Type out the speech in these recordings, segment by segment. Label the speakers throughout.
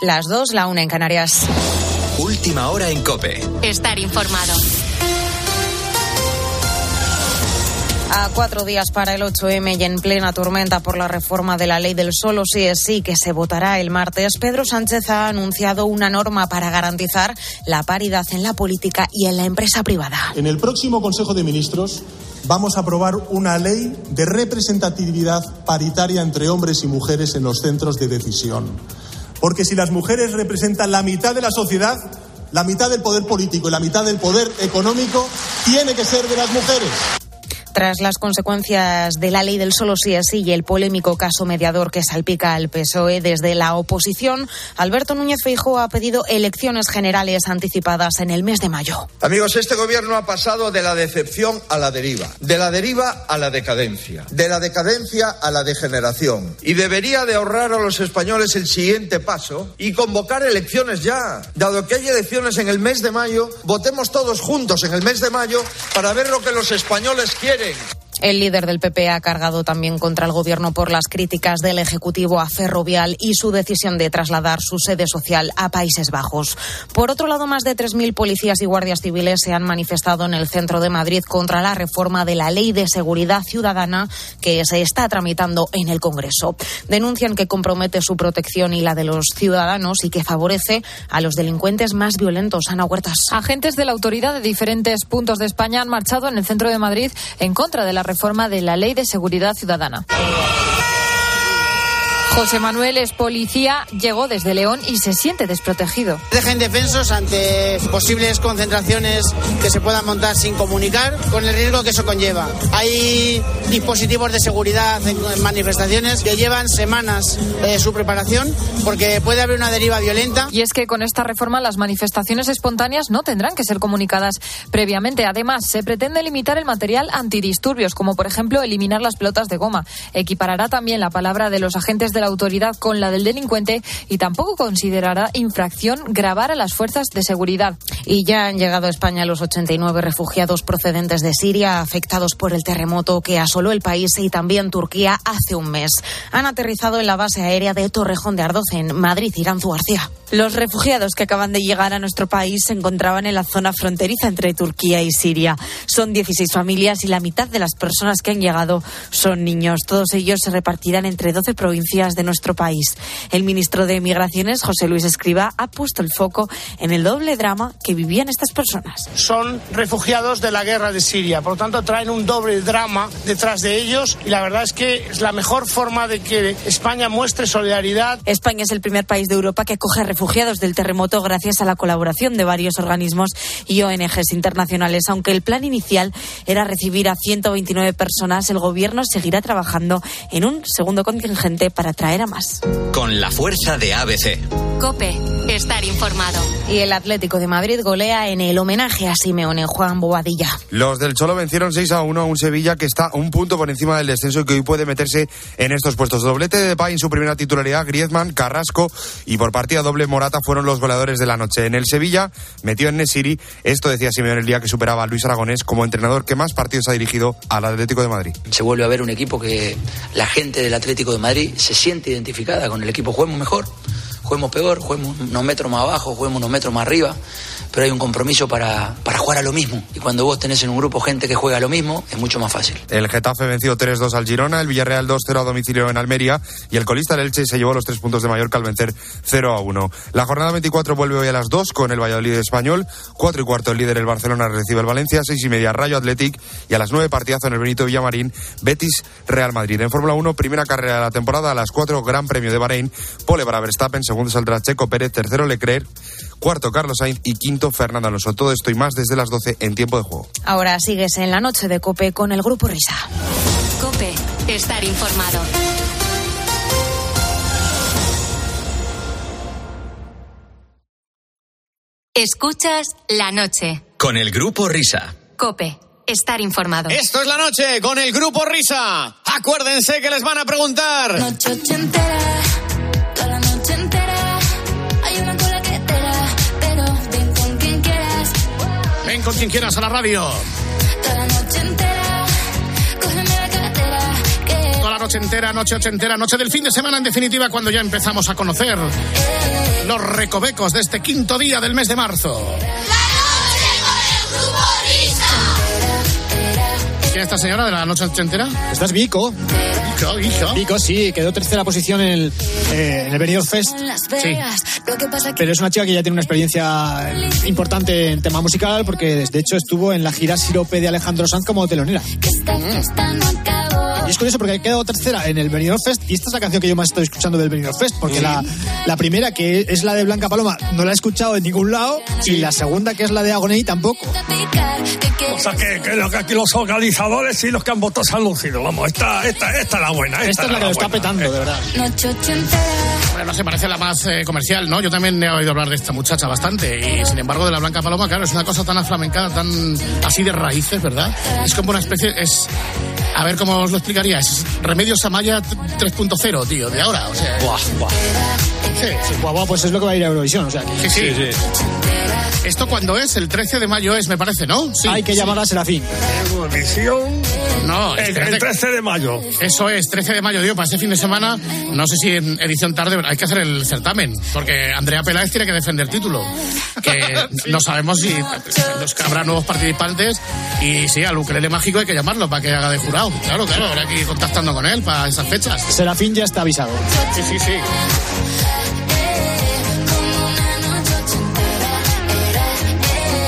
Speaker 1: las dos, la una en Canarias.
Speaker 2: Última hora en Cope.
Speaker 3: Estar informado.
Speaker 1: A cuatro días para el 8M y en plena tormenta por la reforma de la ley del solo sí es sí que se votará el martes, Pedro Sánchez ha anunciado una norma para garantizar la paridad en la política y en la empresa privada.
Speaker 4: En el próximo Consejo de Ministros vamos a aprobar una ley de representatividad paritaria entre hombres y mujeres en los centros de decisión. Porque si las mujeres representan la mitad de la sociedad, la mitad del poder político y la mitad del poder económico tiene que ser de las mujeres.
Speaker 1: Tras las consecuencias de la ley del solo sí es sí y el polémico caso mediador que salpica al PSOE E desde la oposición, Alberto Núñez Feijóo ha pedido elecciones generales anticipadas en el mes de mayo.
Speaker 5: Amigos, este gobierno ha pasado de la decepción a la deriva, de la deriva a la decadencia, de la decadencia a la degeneración y debería de ahorrar a los españoles el siguiente paso y convocar elecciones ya. Dado que hay elecciones en el mes de mayo, votemos todos juntos en el mes de mayo para ver lo que los españoles quieren
Speaker 1: el líder del PP ha cargado también contra el gobierno por las críticas del Ejecutivo a Ferrovial y su decisión de trasladar su sede social a Países Bajos. Por otro lado, más de 3.000 policías y guardias civiles se han manifestado en el centro de Madrid contra la reforma de la Ley de Seguridad Ciudadana que se está tramitando en el Congreso. Denuncian que compromete su protección y la de los ciudadanos y que favorece a los delincuentes más violentos. Ana Huertas.
Speaker 6: Agentes de la autoridad de diferentes puntos de España han marchado en el centro de Madrid en contra de la reforma de la Ley de Seguridad Ciudadana. José Manuel es policía, llegó desde León y se siente desprotegido.
Speaker 7: Deja indefensos ante posibles concentraciones que se puedan montar sin comunicar, con el riesgo que eso conlleva. Hay dispositivos de seguridad en manifestaciones que llevan semanas eh, su preparación porque puede haber una deriva violenta.
Speaker 6: Y es que con esta reforma las manifestaciones espontáneas no tendrán que ser comunicadas previamente. Además, se pretende limitar el material antidisturbios, como por ejemplo eliminar las pelotas de goma. Equiparará también la palabra de los agentes de la autoridad con la del delincuente y tampoco considerará infracción grabar a las fuerzas de seguridad.
Speaker 1: Y ya han llegado a España los 89 refugiados procedentes de Siria afectados por el terremoto que asoló el país y también Turquía hace un mes. Han aterrizado en la base aérea de Torrejón de Ardoz en Madrid, Irán García.
Speaker 8: Los refugiados que acaban de llegar a nuestro país se encontraban en la zona fronteriza entre Turquía y Siria. Son 16 familias y la mitad de las personas que han llegado son niños. Todos ellos se repartirán entre 12 provincias de nuestro país. El ministro de Migraciones, José Luis Escriba, ha puesto el foco en el doble drama que vivían estas personas.
Speaker 9: Son refugiados de la guerra de Siria, por lo tanto traen un doble drama detrás de ellos y la verdad es que es la mejor forma de que España muestre solidaridad.
Speaker 8: España es el primer país de Europa que acoge a refugiados del terremoto gracias a la colaboración de varios organismos y ONGs internacionales. Aunque el plan inicial era recibir a 129 personas, el gobierno seguirá trabajando en un segundo contingente para traer a más.
Speaker 2: Con la fuerza de ABC.
Speaker 3: Cope, estar informado.
Speaker 1: Y el Atlético de Madrid golea en el homenaje a Simeone Juan Bobadilla.
Speaker 10: Los del Cholo vencieron 6 a 1 a un Sevilla que está un punto por encima del descenso y que hoy puede meterse en estos puestos. Doblete de Depay en su primera titularidad, Griezmann, Carrasco y por partida doble Morata fueron los goleadores de la noche. En el Sevilla metió en Nesiri, esto decía Simeone el día que superaba a Luis Aragonés como entrenador que más partidos ha dirigido al Atlético de Madrid.
Speaker 11: Se vuelve a ver un equipo que la gente del Atlético de Madrid se siente identificada con el equipo, juguemos mejor juguemos peor, juguemos unos metros más abajo, juguemos unos metros más arriba, pero hay un compromiso para, para, jugar a lo mismo. Y cuando vos tenés en un grupo gente que juega a lo mismo, es mucho más fácil.
Speaker 10: El Getafe venció 3-2 al Girona, el Villarreal 2-0 a domicilio en Almería y el colista del Elche se llevó los tres puntos de Mallorca al vencer 0-1. La jornada 24 vuelve hoy a las 2 con el Valladolid español, 4 y cuarto el líder el Barcelona recibe el Valencia, 6 y media Rayo Athletic y a las 9 partidazo en el Benito Villamarín, Betis Real Madrid. En Fórmula 1, primera carrera de la temporada a las 4, Gran Premio de Bahrein, pole para Verstappen, segundo saldrá Checo Pérez, tercero Leclerc, cuarto Carlos Sainz y quinto Fernando Alonso. Todo esto y más desde las 12 en tiempo de juego.
Speaker 1: Ahora sigues en la noche de Cope con el Grupo Risa.
Speaker 3: Cope, estar informado. Escuchas la noche.
Speaker 2: Con el Grupo Risa.
Speaker 3: Cope, estar informado.
Speaker 12: Esto es la noche con el Grupo Risa. Acuérdense que les van a preguntar.
Speaker 13: Noche ochentera, toda la noche entera. Hay una cola que tera, pero ven con quien quieras.
Speaker 12: Ven con quien quieras a la radio.
Speaker 13: Toda la noche entera, cógeme la cartera. Que
Speaker 12: Toda la noche entera, noche ochentera, noche del fin de semana, en definitiva, cuando ya empezamos a conocer.
Speaker 13: eh,
Speaker 9: los recovecos de este quinto día del mes de marzo. ¿Quién es esta señora de la noche entera?
Speaker 7: Estás Vico.
Speaker 9: Vico, Vico.
Speaker 7: Vico, sí, quedó tercera posición en el, eh, en el Benidorm Fest.
Speaker 14: En Las
Speaker 7: Sí.
Speaker 14: Vegas, lo que pasa que
Speaker 7: Pero es una chica que ya tiene una experiencia eh, importante en tema musical, porque de hecho estuvo en la gira Sirope de Alejandro Sanz como telonera.
Speaker 14: esta fiesta no acabó.
Speaker 7: Y es curioso porque ha quedado tercera en el Benidorm Fest y esta es la canción que yo más estoy escuchando del Benidorm Fest porque
Speaker 14: Sí.
Speaker 7: la, la primera que es la de Blanca Paloma no la he escuchado en ningún lado y la segunda que es la de Agoney tampoco.
Speaker 15: O sea, que, que lo- que aquí los organizadores y los que han votado se han lucido. Vamos, esta, esta, esta es la buena. Esta,
Speaker 9: Esta es la que lo está
Speaker 15: petando,
Speaker 7: de verdad.
Speaker 14: Noche ochentera.
Speaker 9: Bueno, no se parece a la más eh, comercial, ¿no? Yo también he oído hablar de esta muchacha bastante. Y sin embargo, de la Blanca Paloma, claro, es una cosa tan aflamencada, tan así de raíces, ¿verdad? Es como una especie. Es. A ver cómo os lo explicaría. Es Remedios Amaya 3.0, tío, de ahora. O sea. Sí, sí.
Speaker 7: Guau, guau, pues es lo que va a ir a Eurovisión, o sea. que-
Speaker 9: Sí, sí. ¿Esto cuándo es? El 13 de mayo es, me parece, ¿no? Sí,
Speaker 7: Hay que llamar a Serafín.
Speaker 15: Eurovisión.
Speaker 9: No,
Speaker 15: El- el 13 de mayo.
Speaker 9: Eso es, 13 de mayo, digo, para este fin de semana. No sé si en edición tarde pero hay que hacer el certamen, porque Andrea Peláez tiene que defender título. Que no sabemos si nos- habrá nuevos participantes. Y sí, al ukelele mágico hay que llamarlo para que haga de jurado. Claro, claro, habrá que ir contactando con él para esas fechas.
Speaker 7: Serafín ya está avisado.
Speaker 9: Sí, sí, sí.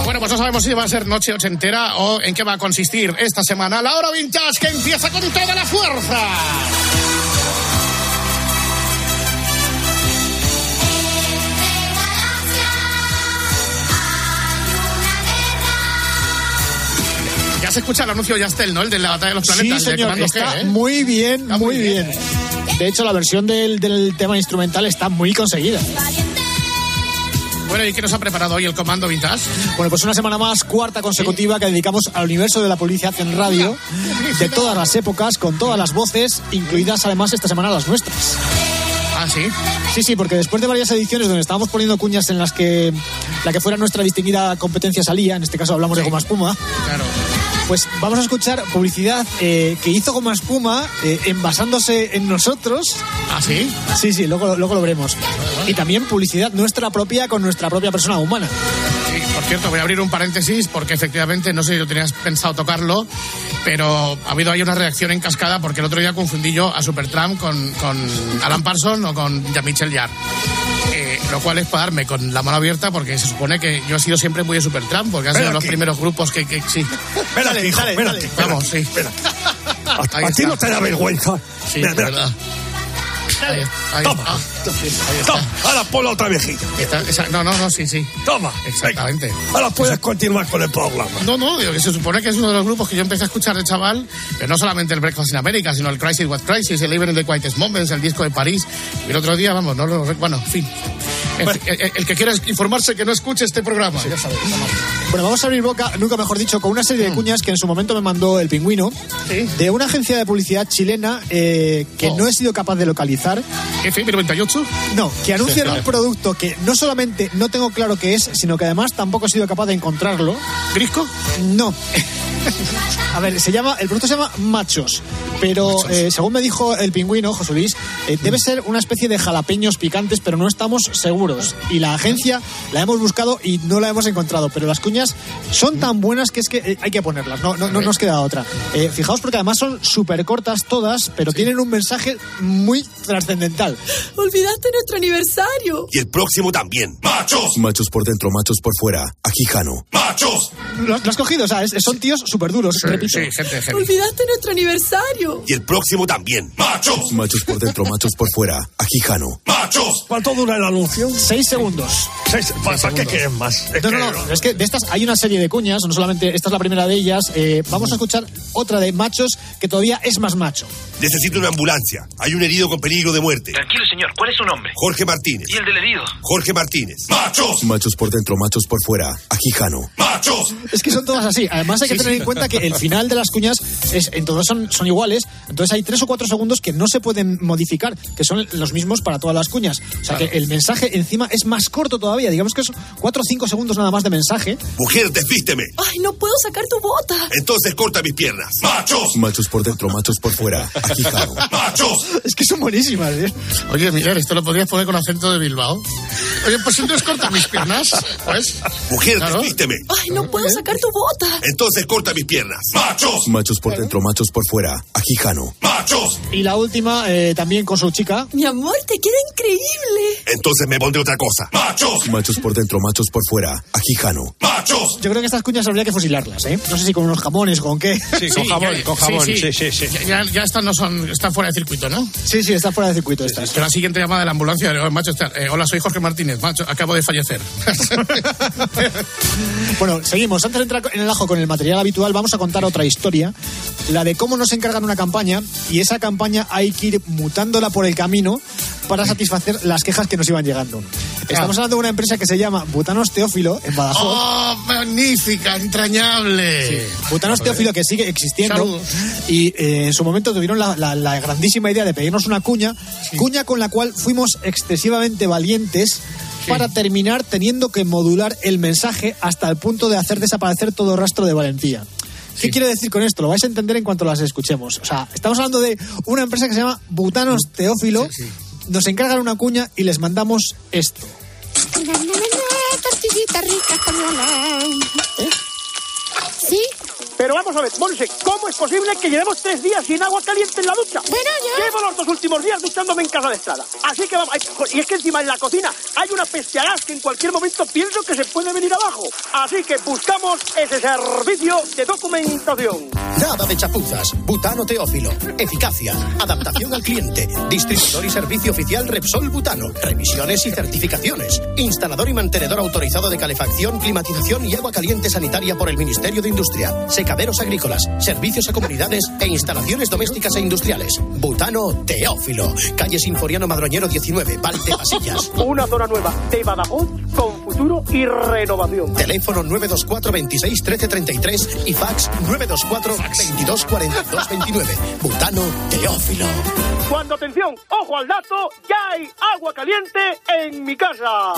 Speaker 9: Bueno, pues no sabemos si va a ser noche ochentera o en qué va a consistir esta semana la hora vintage que empieza con toda la fuerza. Ya se escucha el anuncio de Yastel, ¿no? El de la batalla de los
Speaker 7: Sí,
Speaker 9: planetas. de
Speaker 7: señor,
Speaker 9: Comando G,
Speaker 7: está
Speaker 9: ¿eh?
Speaker 7: muy bien, muy bien. De hecho, la versión del, del tema instrumental está muy conseguida.
Speaker 9: Bueno, ¿y qué nos ha preparado hoy el comando vintage?
Speaker 7: Bueno, pues una semana más, cuarta consecutiva que dedicamos al universo de la publicidad en radio, de todas las épocas, con todas las voces, incluidas además esta semana las nuestras.
Speaker 9: Ah, sí.
Speaker 7: Sí, sí, porque después de varias ediciones donde estábamos poniendo cuñas en las que la que fuera nuestra distinguida competencia salía, en este caso hablamos de Goma Espuma,
Speaker 9: Claro.
Speaker 7: pues vamos a escuchar publicidad eh, que hizo Goma Espuma eh, envasándose en nosotros.
Speaker 9: ¿Ah, sí?
Speaker 7: Sí, sí, luego, luego lo veremos. Y también publicidad nuestra propia con nuestra propia persona humana.
Speaker 9: Sí, por cierto, voy a abrir un paréntesis porque efectivamente, no sé si lo tenías pensado tocarlo, pero ha habido ahí una reacción en cascada porque el otro día confundí yo a Supertramp con, con Alan Parsons o con Jean-Michel Jarre. Eh, lo cual es para darme con la mano abierta porque se supone que yo he sido siempre muy de Supertramp porque han
Speaker 15: Ven
Speaker 9: sido los
Speaker 15: aquí.
Speaker 9: primeros grupos que, que sí.
Speaker 15: Espérate, hijo, espérate, espérate.
Speaker 9: Vamos, sí. Ah, Ahí
Speaker 15: A ti
Speaker 9: está.
Speaker 15: no te da vergüenza.
Speaker 9: Sí,
Speaker 15: Mira,
Speaker 9: es
Speaker 15: mira.
Speaker 9: verdad. Ahí, ahí
Speaker 15: Toma.
Speaker 9: está. Ahí está.
Speaker 15: Toma, ahora pon la otra viejita.
Speaker 9: Está- esa- no, no, no, sí, sí.
Speaker 15: Toma.
Speaker 9: Exactamente.
Speaker 15: Ahora puedes continuar con el programa.
Speaker 9: No, no, digo que se supone que es uno de los grupos que yo empecé a escuchar de chaval, pero no solamente el Breakfast in America, sino el Crisis What Crisis, el Even the Quietest Moments, el disco de París. Y el otro día, vamos, no lo. re- Bueno, en fin. El, el- el que quiera informarse que no escuche este programa. Ya sabes,
Speaker 7: Bueno, vamos a abrir boca, nunca mejor dicho, con una
Speaker 9: Mm.
Speaker 7: serie de cuñas que en su momento me mandó el pingüino de una agencia de publicidad chilena eh, que
Speaker 9: Oh.
Speaker 7: no he sido capaz de localizar.
Speaker 9: ¿FM98?
Speaker 7: No, que anuncian
Speaker 9: Sí,
Speaker 7: un
Speaker 9: claro.
Speaker 7: producto que no solamente no tengo claro qué es, sino que además tampoco he sido capaz de encontrarlo.
Speaker 9: ¿Grisco?
Speaker 7: No. A ver, se llama, el producto se llama Machos, pero eh, según me dijo el pingüino, José Luis, eh, debe ser una especie de jalapeños picantes, pero no estamos seguros. Y la agencia la hemos buscado y no la hemos encontrado, pero las cuñas son tan buenas que es que eh, hay que ponerlas, no, no, no nos queda otra. Eh, fijaos porque además son súper cortas todas, pero tienen un mensaje muy trascendental.
Speaker 4: Olvidaste nuestro aniversario.
Speaker 16: Y el próximo también. ¡Machos! Machos por dentro, machos por fuera. Aquí Jano. ¡Machos!
Speaker 7: Lo, lo has cogido, o sea, es- son tíos súper duros, repito.
Speaker 4: Olvidaste nuestro aniversario.
Speaker 16: Y el próximo también. ¡Machos! Machos por dentro, machos por fuera. Aquí Jano.
Speaker 15: ¡Machos! ¿Cuánto dura el anuncio?
Speaker 7: Seis segundos.
Speaker 15: Seis, ¿Para, para qué quieres más? Es
Speaker 7: No,
Speaker 15: que-
Speaker 7: no, no, es que de estas hay una serie de cuñas, no solamente esta es la primera de ellas. eh, vamos a escuchar otra de machos que todavía es más macho.
Speaker 16: Necesito una ambulancia. Hay un herido con peligro de muerte.
Speaker 13: Tranquilo, señor. ¿Cuál es su nombre?
Speaker 16: Jorge Martínez.
Speaker 13: ¿Y el del herido?
Speaker 16: Jorge Martínez. ¡Machos! Machos por dentro, machos por fuera. Aquí Jano. ¡Machos!
Speaker 7: Es que son todas así. Además hay que
Speaker 16: Sí,
Speaker 7: tener
Speaker 16: sí.
Speaker 7: en cuenta que el final de las cuñas es, en todas son, son iguales. Entonces hay tres o cuatro segundos que no se pueden modificar, que son los mismos para todas las cuñas. O sea
Speaker 16: Claro.
Speaker 7: que el mensaje encima es más corto todavía. Digamos que son cuatro o cinco segundos nada más de mensaje.
Speaker 16: Mujer, desvísteme.
Speaker 4: Ay, no puedo sacar tu bota.
Speaker 16: Entonces corta mis piernas. ¡Machos! Machos por dentro, machos por fuera. Aquí Jano. ¡Machos!
Speaker 7: Es que son buenísimas, ¿eh?
Speaker 9: Oye, Miguel, ¿esto lo podrías poner con acento de Bilbao? Oye, pues entonces corta mis piernas, pues.
Speaker 16: Mujer, despísteme.
Speaker 4: Ay, no puedo sacar tu bota.
Speaker 16: Entonces corta mis piernas. ¡Machos! Machos por dentro, machos por fuera. Aquí Jano. ¡Machos!
Speaker 7: Y la última, eh, también con su chica.
Speaker 4: Mi amor, te queda increíble.
Speaker 16: Entonces me pondré otra cosa. ¡Machos! Machos por dentro, machos por fuera. Aquí Jano.
Speaker 7: ¡Machos! Yo creo que estas cuñas habría que fusilarlas, ¿eh? No sé si con unos jamones, con qué.
Speaker 9: Sí, sí, ya- Ya, ya- ya estas no son, están fuera de circuito, ¿no?
Speaker 7: Sí, sí, está fuera de circuito estas.
Speaker 9: Que la siguiente llamada de la ambulancia, eh, macho, está, eh, hola, soy Jorge Martínez, macho, acabo de fallecer.
Speaker 7: Bueno, seguimos. Antes de entrar en el ajo con el material habitual, vamos a contar otra historia. La de cómo nos encargan una campaña y esa campaña hay que ir mutándola por el camino para satisfacer las quejas que nos iban llegando. Estamos hablando de una empresa que se llama Butanos Teófilo en Badajoz.
Speaker 9: ¡Oh, magnífica, entrañable!
Speaker 7: Butanos Teófilo que sigue existiendo
Speaker 9: Saludos.
Speaker 7: y eh, en su momento tuvieron la, la- la grandísima idea de pedirnos una cuña, cuña con la cual fuimos excesivamente valientes para terminar teniendo que modular el mensaje hasta el punto de hacer desaparecer todo rastro de valentía. ¿Qué quiero decir con esto? Lo vais a entender en cuanto las escuchemos. O sea, estamos hablando de una empresa que se llama Butanos Teófilo. Nos encargan una cuña y les mandamos esto.
Speaker 13: Tortillitas ricas con ¿Sí?
Speaker 17: Pero vamos a ver, Monse, ¿cómo es posible que llevemos tres días sin agua caliente en la ducha?
Speaker 13: Bueno, yo-
Speaker 17: Llevo los dos últimos días duchándome en casa de Estrada. Así que vamos, ay, jo, y es que encima en la cocina hay una peste a gas que en cualquier momento pienso que se puede venir abajo. Así que buscamos ese servicio de documentación.
Speaker 12: Nada de chapuzas. Butano Teófilo. Eficacia. Adaptación al cliente. Distribuidor y servicio oficial Repsol Butano. Revisiones y certificaciones. Instalador y mantenedor autorizado de calefacción, climatización y agua caliente sanitaria por el Ministerio de Industria. Secaderos agrícolas. Servicios a comunidades e instalaciones domésticas e industriales. Butano Teófilo. Calle Sinforiano Madroñero 19, Valde Pasillas.
Speaker 17: Una zona nueva de Badajoz con futuro y renovación.
Speaker 12: Teléfono 924 26 13 33 y fax 924 22 42 29. Butano Teófilo.
Speaker 17: Cuando atención, ojo al dato, ya hay agua caliente en mi casa.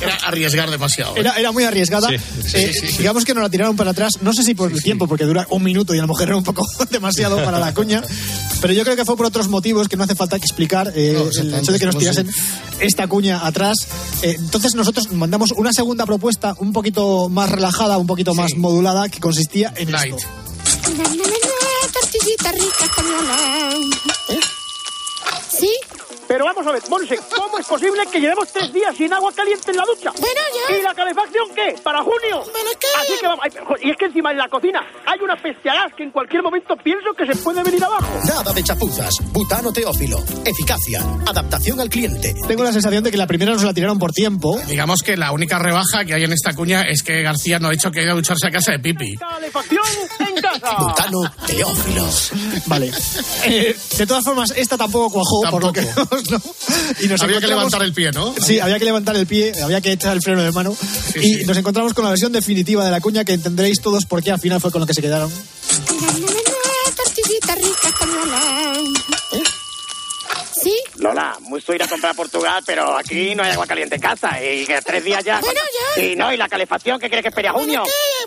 Speaker 9: Era arriesgar demasiado. ¿eh?
Speaker 7: Era, era muy arriesgada.
Speaker 9: Sí, sí,
Speaker 7: Eh,
Speaker 9: sí, sí.
Speaker 7: Digamos que nos la tiraron para atrás. No sé si por el tiempo, porque dura un minuto y a lo mejor era un poco demasiado para la cuña. Pero yo creo que fue por otros motivos que no hace falta que explicar eh, el hecho de que nos tirasen esta cuña atrás. Eh, entonces nosotros mandamos una segunda propuesta un poquito más relajada, un poquito más modulada, que consistía en esto.
Speaker 13: Tortillitas ricas con ¿Sí?
Speaker 17: Pero vamos a ver, Monse, ¿cómo es posible que llevemos tres días sin agua caliente en la ducha?
Speaker 13: Bueno, yo-
Speaker 17: ¿Y la calefacción qué? ¿Para junio? Así que vamos, ay, jo, y es que encima en la cocina hay una peste a gas que en cualquier momento pienso que se puede venir abajo.
Speaker 12: Nada de chapuzas. Butano Teófilo. Eficacia. Adaptación al cliente.
Speaker 7: Tengo la sensación de que la primera nos la tiraron por tiempo.
Speaker 9: Digamos que la única rebaja que hay en esta cuña es que García no ha dicho que ha ido a ducharse a casa de Pipi.
Speaker 17: Calefacción en casa.
Speaker 12: Butano Teófilo.
Speaker 7: Vale. Eh, de todas formas, esta tampoco cuajó, por lo que vemos, ¿no?
Speaker 9: Había que
Speaker 7: encontramos-
Speaker 9: levantar el pie, ¿no?
Speaker 7: Sí, había que levantar el pie, había que echar el freno de mano. y nos encontramos con la versión definitiva de la cuña que entenderéis todos por qué al final fue con lo que se quedaron.
Speaker 13: Tortillitas ricas con ¿Sí?
Speaker 17: Lola, mucho ir a comprar a Portugal, pero aquí no hay agua caliente en casa. Y que tres días ya.
Speaker 13: Bueno, ya.
Speaker 17: Y no, y la calefacción, ¿qué crees que espere a junio?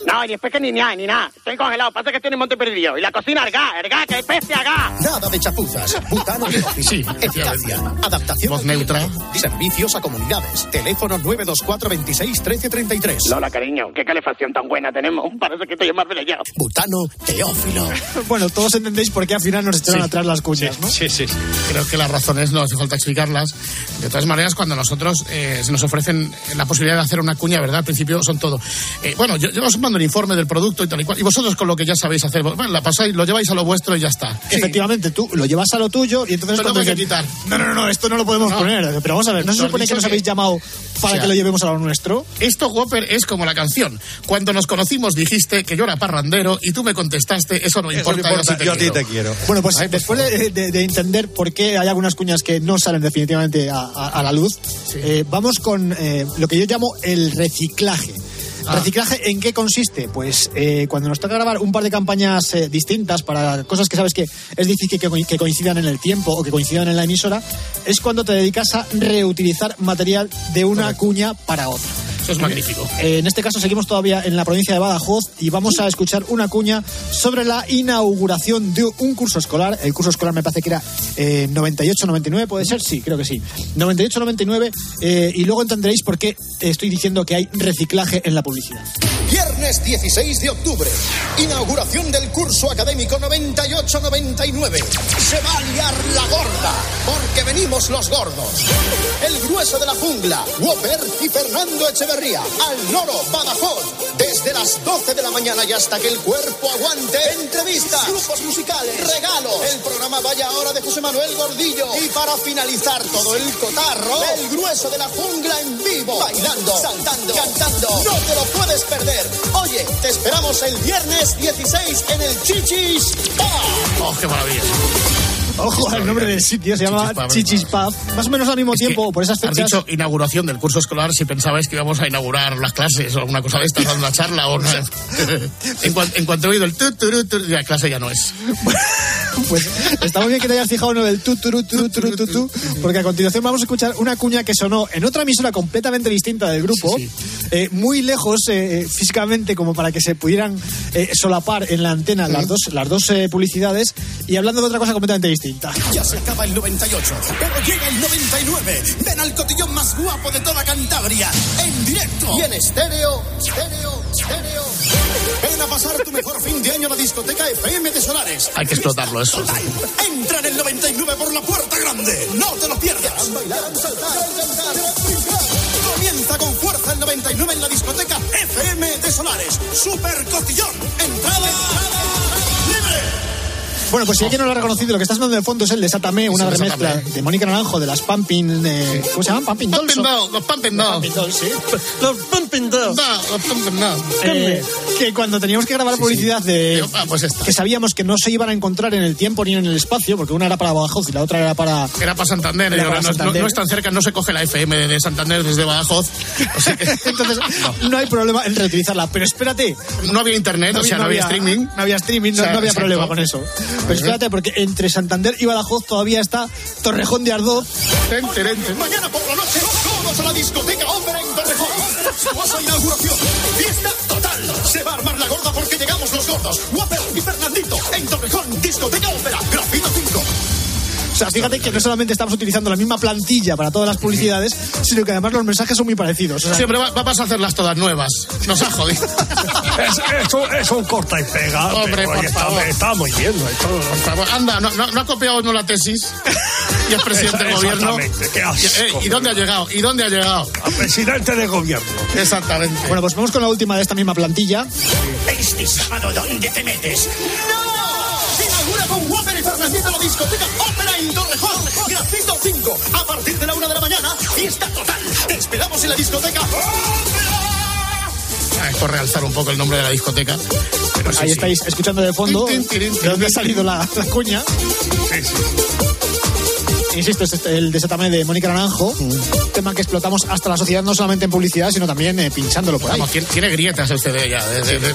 Speaker 17: No, y después que ni nada, ni nada. Estoy congelado, pasa que estoy en Monte Perdido. Y la cocina, argá, argá, que hay peste argá.
Speaker 12: Nada de chapuzas. Butano Teófilo. Eficacia. Adaptación al cliente. Servicios a comunidades. Teléfono 924 26 13 33.
Speaker 17: Lola, cariño, qué calefacción tan buena tenemos. Parece que estoy en Marbella.
Speaker 12: Butano Teófilo.
Speaker 7: bueno, todos entendéis por qué al final nos echaron atrás las cuñas, ¿no?
Speaker 9: Sí, sí. Creo que las razones no hace falta explicarlas. De todas maneras, cuando nosotros eh, se nos ofrecen la posibilidad de hacer una cuña, ¿verdad? Al principio son todo. Eh, bueno, yo, yo os mando el informe del producto y tal y cual. Y vosotros con lo que ya sabéis hacer, bueno, la pasáis, lo lleváis a lo vuestro y ya está.
Speaker 7: Efectivamente, tú lo llevas a lo tuyo y entonces
Speaker 9: Pero
Speaker 7: cuando
Speaker 9: lo hay que
Speaker 7: dicen,
Speaker 9: quitar.
Speaker 7: No, no, no, esto no lo podemos
Speaker 9: No.
Speaker 7: poner. Pero vamos a ver, ¿no se
Speaker 9: Lo has
Speaker 7: supone que
Speaker 9: dicho
Speaker 7: nos
Speaker 9: que-
Speaker 7: habéis llamado para
Speaker 9: O sea,
Speaker 7: que lo llevemos a lo nuestro?
Speaker 9: Esto, Whopper, es como la canción. Cuando nos conocimos dijiste que yo era parrandero y tú me contestaste, eso no importa, yo, a ti te quiero.
Speaker 7: Bueno, pues después de, de- de entender por qué hay algunas cuñas que no salen definitivamente a, a- a la luz, eh, vamos con eh, lo que yo llamo el reciclaje. ¿Reciclaje en qué consiste? Pues eh, cuando nos toca grabar un par de campañas eh, distintas para cosas que sabes que es difícil que, coi- que coincidan en el tiempo o que coincidan en la emisora, es cuando te dedicas a reutilizar material de una cuña para otra.
Speaker 9: Eso es magnífico.
Speaker 7: Eh, en este caso seguimos todavía en la provincia de Badajoz y vamos a escuchar una cuña sobre la inauguración de un curso escolar. El curso escolar me parece que era eh, 98-99, ¿puede ser? Sí, creo que sí. 98-99 eh, y luego entenderéis por qué estoy diciendo que hay reciclaje en la publicidad.
Speaker 12: Viernes 16 de octubre, inauguración del curso académico 98-99. Se va a liar la gorda, porque venimos los gordos. El grueso de la jungla, Whopper y Fernando Echeverría. Al Noro, Badajoz. Desde las 12 de la mañana y hasta que el cuerpo aguante. Entrevistas, grupos musicales, regalos. El programa Vaya Hora de José Manuel Gordillo. Y para finalizar todo el cotarro, el grueso de la jungla en vivo. Bailando, saltando, cantando. No te lo puedes perder. Oye, te esperamos el viernes 16 en el Chichis. Bar.
Speaker 9: ¡Oh, qué maravilla!
Speaker 7: Ojo al nombre del sitio, se llama Chichis Pub. Más o menos al mismo tiempo, por esas
Speaker 9: Has
Speaker 7: fechas.
Speaker 9: dicho inauguración del curso escolar si pensabais que íbamos a inaugurar las clases o alguna cosa de estas, dando una charla o una- en, cuan- en cuanto he oído el tu, tu, ru, tu, la clase ya no es.
Speaker 7: Pues está muy bien que te hayas fijado en lo del tu, tu, ru, tu, ru, tu, ru, tu, tu, porque a continuación vamos a escuchar una cuña que sonó en otra emisora completamente distinta del grupo, eh, muy lejos eh, eh, físicamente como para que se pudieran eh, solapar en la antena las dos, las dos eh, publicidades y hablando de otra cosa completamente distinta.
Speaker 12: Ya se acaba el 98, pero llega el 99. Ven al cotillón más guapo de toda Cantabria, en directo. Y en estéreo, estéreo, estéreo. Ven a pasar tu mejor fin de año a la discoteca FM de Solares.
Speaker 9: Hay que explotarlo ¿eh? eso.
Speaker 12: Entra en el 99 por la puerta grande. No te lo pierdas. Bailarán, saltarán, cantarán, brincarán. Comienza con fuerza el 99 en la discoteca FM de Solares. Super cotillón. Entrada.
Speaker 7: Bueno, pues si alguien no lo ha reconocido, lo que estás sonando de fondo es el de Satame, una
Speaker 9: el de
Speaker 7: remezcla
Speaker 9: Sátame.
Speaker 7: de Mónica Naranjo de las Pumping. eh, ¿Cómo se llaman? Pumping Dolls.
Speaker 9: Pumping Dolls, los Pumping Dolls.
Speaker 7: sí. Los Pumping Dolls. Eh, que cuando teníamos que grabar publicidad de
Speaker 9: ah, pues
Speaker 7: que sabíamos que no se iban a encontrar en el tiempo ni en el espacio, porque una era para Badajoz y la otra era para
Speaker 9: Era para Santander,
Speaker 7: Era
Speaker 9: y ahora
Speaker 7: para
Speaker 9: no, no-
Speaker 7: Santander.
Speaker 9: no es tan cerca, no se coge la FM de- de Santander desde Badajoz.
Speaker 7: Entonces, no. hay problema en reutilizarla. Pero espérate.
Speaker 9: No había internet, o sea, no había streaming.
Speaker 7: No había streaming, no,
Speaker 9: O sea,
Speaker 7: no había
Speaker 9: exacto.
Speaker 7: problema con eso. Pero espérate, porque entre Santander y Badajoz todavía está Torrejón de Ardoz.
Speaker 12: Mañana por la noche, todos a la discoteca Ópera en Torrejón. Suosa inauguración. Fiesta total. Se va a armar la gorda porque llegamos los gordos. Whopper y Fernandito en Torrejón. Discoteca Ópera. Grafito 5.
Speaker 7: O sea, fíjate que no solamente estamos utilizando la misma plantilla para todas las publicidades, sino que además los mensajes son muy parecidos. O sea,
Speaker 9: Siempre va- vas a hacerlas todas nuevas. Nos ha jodido.
Speaker 15: Es, es un, es un corta y pega.
Speaker 9: Hombre,
Speaker 15: pero
Speaker 9: por
Speaker 15: ahí
Speaker 9: favor.
Speaker 15: Está, estamos yendo.
Speaker 9: Por favor, Anda, no, no- no ha copiado no la tesis. Y es presidente del gobierno.
Speaker 15: Exactamente, qué asco,
Speaker 9: Eh, ¿Y dónde ha llegado? ¿Y dónde ha llegado?
Speaker 15: Presidente de gobierno.
Speaker 9: Exactamente.
Speaker 7: Bueno, pues vamos con la última de esta misma plantilla.
Speaker 9: Pues
Speaker 12: Este sábado, ¿dónde te metes? ¡No! Inaugura con Whopper y Fernandito la discoteca Ópera en Torrejón. Grafito 5. A partir de la una de la mañana, fiesta total. Te esperamos en la discoteca.
Speaker 9: Ah, Es por realzar un poco el nombre de la discoteca. Pero sí,
Speaker 7: Ahí
Speaker 9: sí.
Speaker 7: estáis escuchando de fondo
Speaker 9: Tin, tin, tin,
Speaker 7: de dónde ha salido la, la cuña. Insisto, es este- el desatame de Mónica Naranjo,
Speaker 9: Mm.
Speaker 7: tema que explotamos hasta la sociedad, no solamente en publicidad, sino también eh, pinchándolo por ahí.
Speaker 9: Pues Vamos, tiene, tiene grietas el CD ya. de- de- de-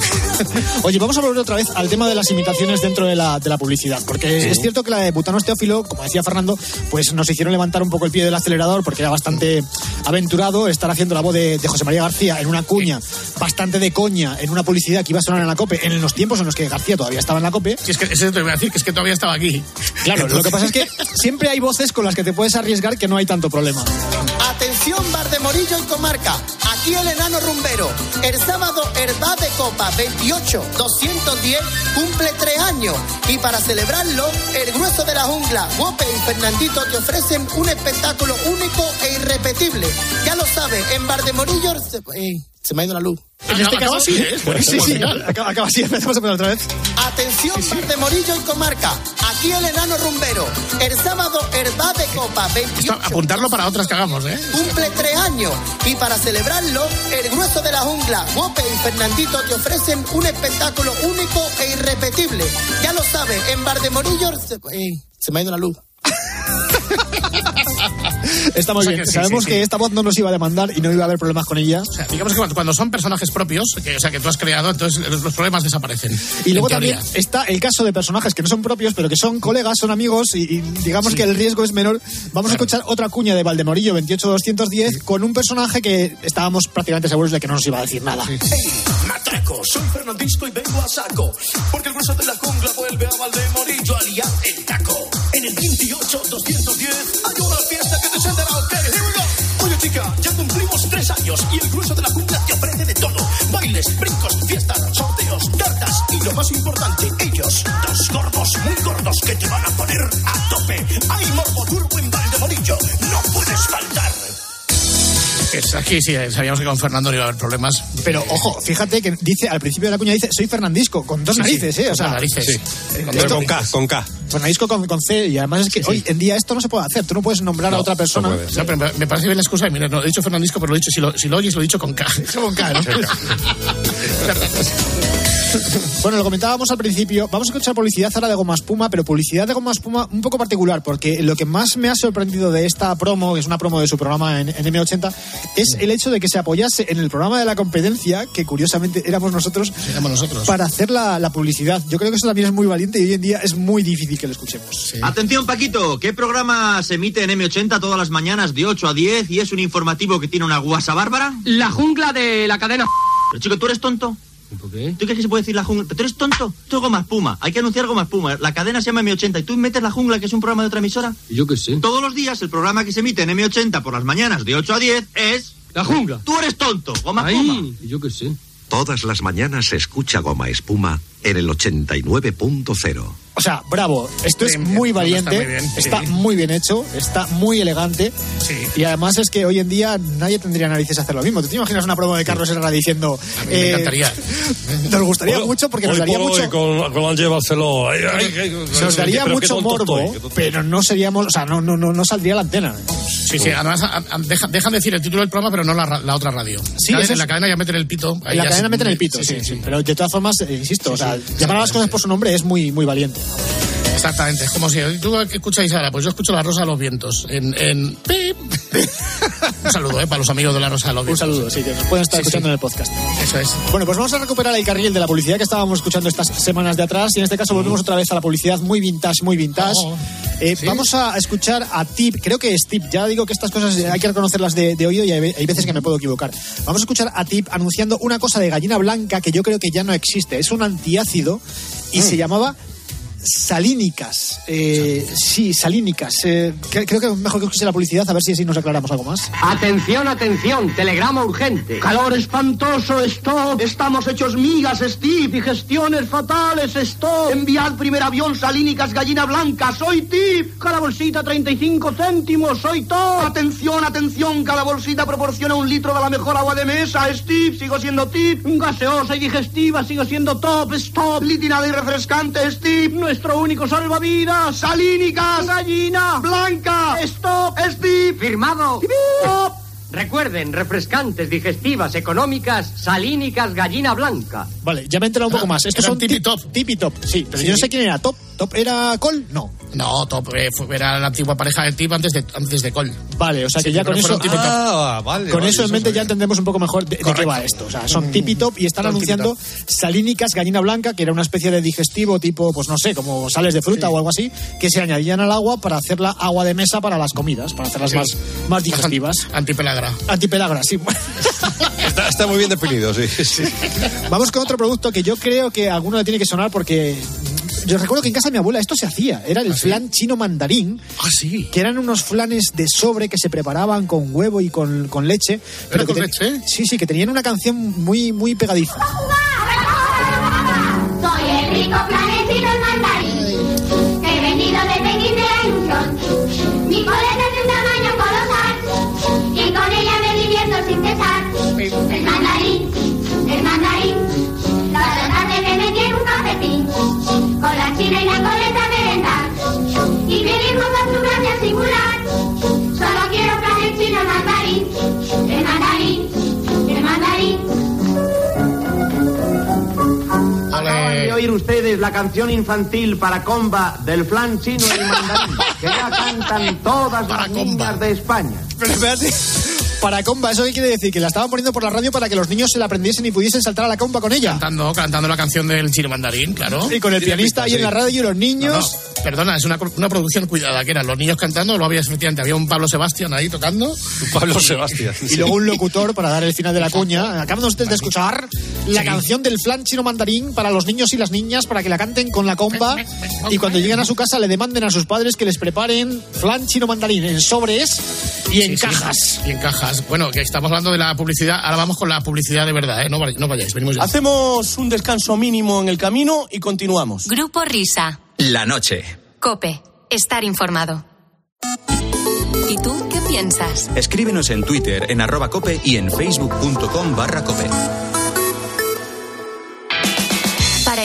Speaker 7: Oye, vamos a volver otra vez al tema de las imitaciones dentro de la, de la publicidad, porque es cierto que la de Butano Teófilo, como decía Fernando, pues nos hicieron levantar un poco el pie del acelerador porque era bastante aventurado estar haciendo la voz de, de José María García en una cuña, bastante de coña, en una publicidad que iba a sonar en la COPE, en los tiempos en los que García todavía estaba en la COPE.
Speaker 9: Si es que eso te voy a decir, que es que todavía estaba aquí.
Speaker 7: Claro, lo que pasa es que siempre hay voces con las que te puedes arriesgar que no hay tanto problema.
Speaker 12: Atención, Bar de Morillo y Comarca. Aquí el enano rumbero. El sábado, Herba de Copa 28, 210, cumple tres años. Y para celebrarlo, el grueso de la jungla, Guope y Fernandito te ofrecen un espectáculo único e irrepetible. Ya lo sabes, en Bar de Morillo. Se, eh, se me ha ido la luz.
Speaker 9: Ah,
Speaker 7: En este
Speaker 12: Acaba
Speaker 7: caso,
Speaker 12: así, ¿eh? Es
Speaker 7: sí,
Speaker 12: buenísimo
Speaker 7: sí,
Speaker 12: al final.
Speaker 7: acaba, acaba así, empezamos a poner otra vez.
Speaker 12: Atención, Bar de Morillo y Comarca. Aquí el enano rumbero. El sábado, Herba de Copa 28.
Speaker 9: Apuntarlo para otras que hagamos, ¿eh?
Speaker 12: cumple tres años y para celebrarlo, el grueso de la jungla, Gope y Fernandito te ofrecen un espectáculo único e irrepetible. Ya lo sabes, en Bar de Morillo se, eh, se me ha ido la luz.
Speaker 7: Está muy
Speaker 9: O sea
Speaker 7: bien.
Speaker 9: que sí,
Speaker 7: Sabemos
Speaker 9: sí,
Speaker 7: que
Speaker 9: sí.
Speaker 7: esta voz no nos iba a demandar y no iba a haber problemas con ella.
Speaker 9: O sea, digamos que cuando, cuando son personajes propios, que, o sea, que tú has creado, entonces los, los problemas desaparecen.
Speaker 7: Y
Speaker 9: en
Speaker 7: luego
Speaker 9: teoría.
Speaker 7: también está el caso de personajes que no son propios, pero que son colegas, son amigos y, y digamos que el riesgo es menor. Vamos a escuchar otra cuña de Valdemorillo 28210 con un personaje que estábamos prácticamente seguros de que no nos iba a decir nada.
Speaker 12: Matraco, soy fernandisco y vengo a saco. Porque el grueso de la jungla vuelve a Valdemorillo a liar el taco. En el 28-210 hay una fiesta que te sentará. Ok, here we go. Oye, chica, ya cumplimos tres años y el grueso de la jungla te ofrece de todo: bailes, brincos, fiestas, sorteos, tartas y lo más importante, ellos, dos gordos, muy gordos que te van a poner a tope. Hay morbo turbo en Valdemorillo, no puedes faltar.
Speaker 9: Es aquí sí, eh, sabíamos que con Fernando no iba a haber problemas.
Speaker 7: Pero ojo, fíjate que dice al principio de la cuña dice soy Fernandisco con dos
Speaker 9: Sí, sí,
Speaker 7: narices, eh, o
Speaker 9: con
Speaker 7: sea,
Speaker 9: dos narices. Sí.
Speaker 7: eh,
Speaker 9: Con
Speaker 7: esto-
Speaker 9: dos
Speaker 10: K, con K.
Speaker 7: Fernandisco con, con C y además es que hoy en día esto no se puede hacer, tú no puedes nombrar a otra persona.
Speaker 9: No, pero me- me parece bien la excusa. y Mira, no he dicho Fernandisco, pero lo he dicho, si lo, si lo oyes, lo he dicho con K.
Speaker 7: con K, ¿no? Bueno, lo comentábamos al principio. Vamos a escuchar publicidad ahora de Goma Espuma, pero publicidad de Goma Espuma un poco particular, porque lo que más me ha sorprendido de esta promo, que es una promo de su programa en, en M80, es el hecho de que se apoyase en el programa de la competencia, que curiosamente éramos nosotros,
Speaker 9: éramos nosotros.
Speaker 7: para hacer la, la publicidad. Yo creo que eso también es muy valiente y hoy en día es muy difícil que lo escuchemos.
Speaker 18: Atención Paquito, ¿qué programa se emite en M80 todas las mañanas de 8 a 10 y es un informativo que tiene una guasa bárbara?
Speaker 5: La jungla de la cadena.
Speaker 18: Pero chico, ¿tú eres tonto? ¿Por qué? ¿Tú crees que se puede decir la jungla? ¿Pero tú eres tonto? Tú es goma espuma, hay que anunciar goma espuma. La cadena se llama M80 y tú metes la jungla que es un programa de otra emisora.
Speaker 5: Yo qué sé.
Speaker 18: Todos los días el programa que se emite en M80 por las mañanas de 8 a 10 es... La jungla. Tú eres tonto, goma espuma.
Speaker 5: Yo qué sé.
Speaker 19: Todas las mañanas se escucha Goma Espuma en el 89.0.
Speaker 7: O sea, bravo, esto es muy valiente, está muy bien, hecho, está muy elegante. Y además es que hoy en día nadie tendría narices a hacer lo mismo. ¿Tú te imaginas una promo de Carlos Herrera diciendo... eh,
Speaker 15: mí me encantaría.
Speaker 7: Nos gustaría mucho porque nos
Speaker 15: Hoy
Speaker 7: daría
Speaker 15: por hoy,
Speaker 7: mucho...
Speaker 15: Con, con Ángel Barceló. Ay, ay, ay,
Speaker 7: Se nos daría
Speaker 15: pero qué
Speaker 7: mucho
Speaker 15: tonto eh,
Speaker 7: morbo,
Speaker 15: estoy, qué tonto.
Speaker 7: pero no seríamos, o sea, no, no, no, no saldría a la antena.
Speaker 9: Sí, sí, además a- a- deja- dejan decir el título del programa, pero no la, ra- la otra radio.
Speaker 7: Sí,
Speaker 9: ¿Sabes?
Speaker 7: eso
Speaker 9: en la
Speaker 7: es-
Speaker 9: cadena ya meten el pito. ahí
Speaker 7: en la
Speaker 9: ya
Speaker 7: cadena
Speaker 9: se-
Speaker 7: meten el pito, sí, sí, Pero de todas formas, eh, insisto, o sea, llamar a las cosas por su nombre es muy, muy valiente.
Speaker 9: Exactamente, es como si tú qué escucháis ahora, pues yo escucho la Rosa de los Vientos en, en- ¡Pip! Un saludo, eh, para los amigos de la Rosa de los Vientos.
Speaker 7: Un saludo, sí, que nos pueden estar escuchando en el podcast.
Speaker 9: Eso es.
Speaker 7: Bueno, pues vamos a recuperar el carril de la publicidad que estábamos escuchando estas semanas de atrás y en este caso volvemos otra vez a la publicidad muy vintage, muy vintage. Eh, Vamos a escuchar a Tip, creo que es Tip, ya digo que estas cosas eh, hay que reconocerlas de, de oído y hay, ve- hay veces que me puedo equivocar. Vamos a escuchar a Tip anunciando una cosa de gallina blanca que yo creo que ya no existe, es un antiácido y se llamaba salínicas. Eh, sí, salínicas. Eh, cre- creo que mejor que escuche la publicidad a ver si así nos aclaramos algo más.
Speaker 5: Atención, atención, telegrama urgente. Calor espantoso, stop. Estamos hechos migas, Steve, y gestiones fatales, stop. Enviad primer avión, salínicas, gallina blanca, soy Tip. Cada bolsita 35 céntimos, soy top. Atención, atención, cada bolsita proporciona un litro de la mejor agua de mesa, Steve, sigo siendo Tip. Gaseosa y digestiva, sigo siendo top, stop. Litinada y refrescante, Steve. Nuestro único salvavidas, salínicas, gallina blanca, stop, Steve. Firmado. Stop. Recuerden, refrescantes, digestivas, económicas, salínicas, gallina blanca.
Speaker 7: Vale, ya me he enterado un poco más. Estos
Speaker 9: eran
Speaker 7: son tipi top. Tipi top, sí. Pero yo no sé quién era top. ¿Top era Col? No.
Speaker 9: No, top, eh, fue- era la antigua pareja de Tip antes de, antes de Col.
Speaker 7: Vale, o sea que
Speaker 9: Sí,
Speaker 7: ya
Speaker 9: pero
Speaker 7: con eso.
Speaker 9: fueron tipi top.
Speaker 7: Ah, con eso en mente ya entendemos un poco mejor de, de qué
Speaker 9: Correcto.
Speaker 7: va esto. O sea, Mm. son tipi top y están
Speaker 9: Son
Speaker 7: anunciando salínicas, gallina blanca, que era una especie de digestivo tipo, pues no sé, como sales de fruta o algo así, que se añadían al agua para hacerla agua de mesa para las comidas, para hacerlas
Speaker 9: Sí.
Speaker 7: más, más digestivas.
Speaker 9: Antipelagra.
Speaker 7: Antipelagra, sí.
Speaker 20: Está, está muy bien definido, sí. sí.
Speaker 7: Vamos con otro producto que yo creo que alguno le tiene que sonar porque yo recuerdo que en casa de mi abuela esto se hacía. Era el flan chino mandarín.
Speaker 9: Ah, sí.
Speaker 7: Que eran unos flanes de sobre que se preparaban con huevo y con, con leche.
Speaker 9: ¿Era
Speaker 7: que
Speaker 9: con
Speaker 7: ten- Sí, sí, que tenían una canción muy, muy pegadiza.
Speaker 14: Soy el rico planetino el mandarín. He venido de Pekín de Anchon. Mi coleta es de un tamaño colosal. Y con ella me divierto sin cesar. El mandarín, el mandarín. Cada tarde me metí en un cafetín. Con la china y la coleta merendar. Y me dijo con su gracia singular. Solo quiero planes chino el mandarín. El mandarín, el mandarín.
Speaker 5: Acaban de oír oír ustedes la canción infantil para comba del flan chino y mandarín, que ya cantan todas las niñas de España.
Speaker 7: Pero espérate. Para comba, ¿eso qué quiere decir? Que la estaban poniendo por la radio para que los niños se la aprendiesen y pudiesen saltar a la comba con ella.
Speaker 9: Cantando, cantando la canción del chino mandarín, claro.
Speaker 7: Y con el pianista ahí en la radio y los niños.
Speaker 9: No, no, Perdona, es una, una producción cuidada, que eran los niños cantando, lo había efectivamente, había un Pablo Sebastián ahí tocando.
Speaker 20: Pablo Sebastián.
Speaker 7: Y luego un locutor para dar el final de la cuña. Acaban ustedes de escuchar la
Speaker 9: Sí.
Speaker 7: canción del flan chino mandarín para los niños y las niñas para que la canten con la comba
Speaker 9: Pues,
Speaker 7: y cuando lleguen a su casa le demanden a sus padres que les preparen flan chino mandarín en sobres y en
Speaker 9: Sí, sí.
Speaker 7: cajas.
Speaker 9: Y en cajas. Bueno, que estamos hablando de la publicidad, ahora vamos con la publicidad de verdad, ¿eh? No, vay- no vayáis, venimos ya.
Speaker 21: Hacemos un descanso mínimo en el camino y continuamos.
Speaker 3: Grupo Risa.
Speaker 22: La noche.
Speaker 3: Cope. Estar informado. ¿Y tú qué piensas?
Speaker 22: Escríbenos en Twitter, en arroba cope y en facebook.com barra cope.
Speaker 3: Para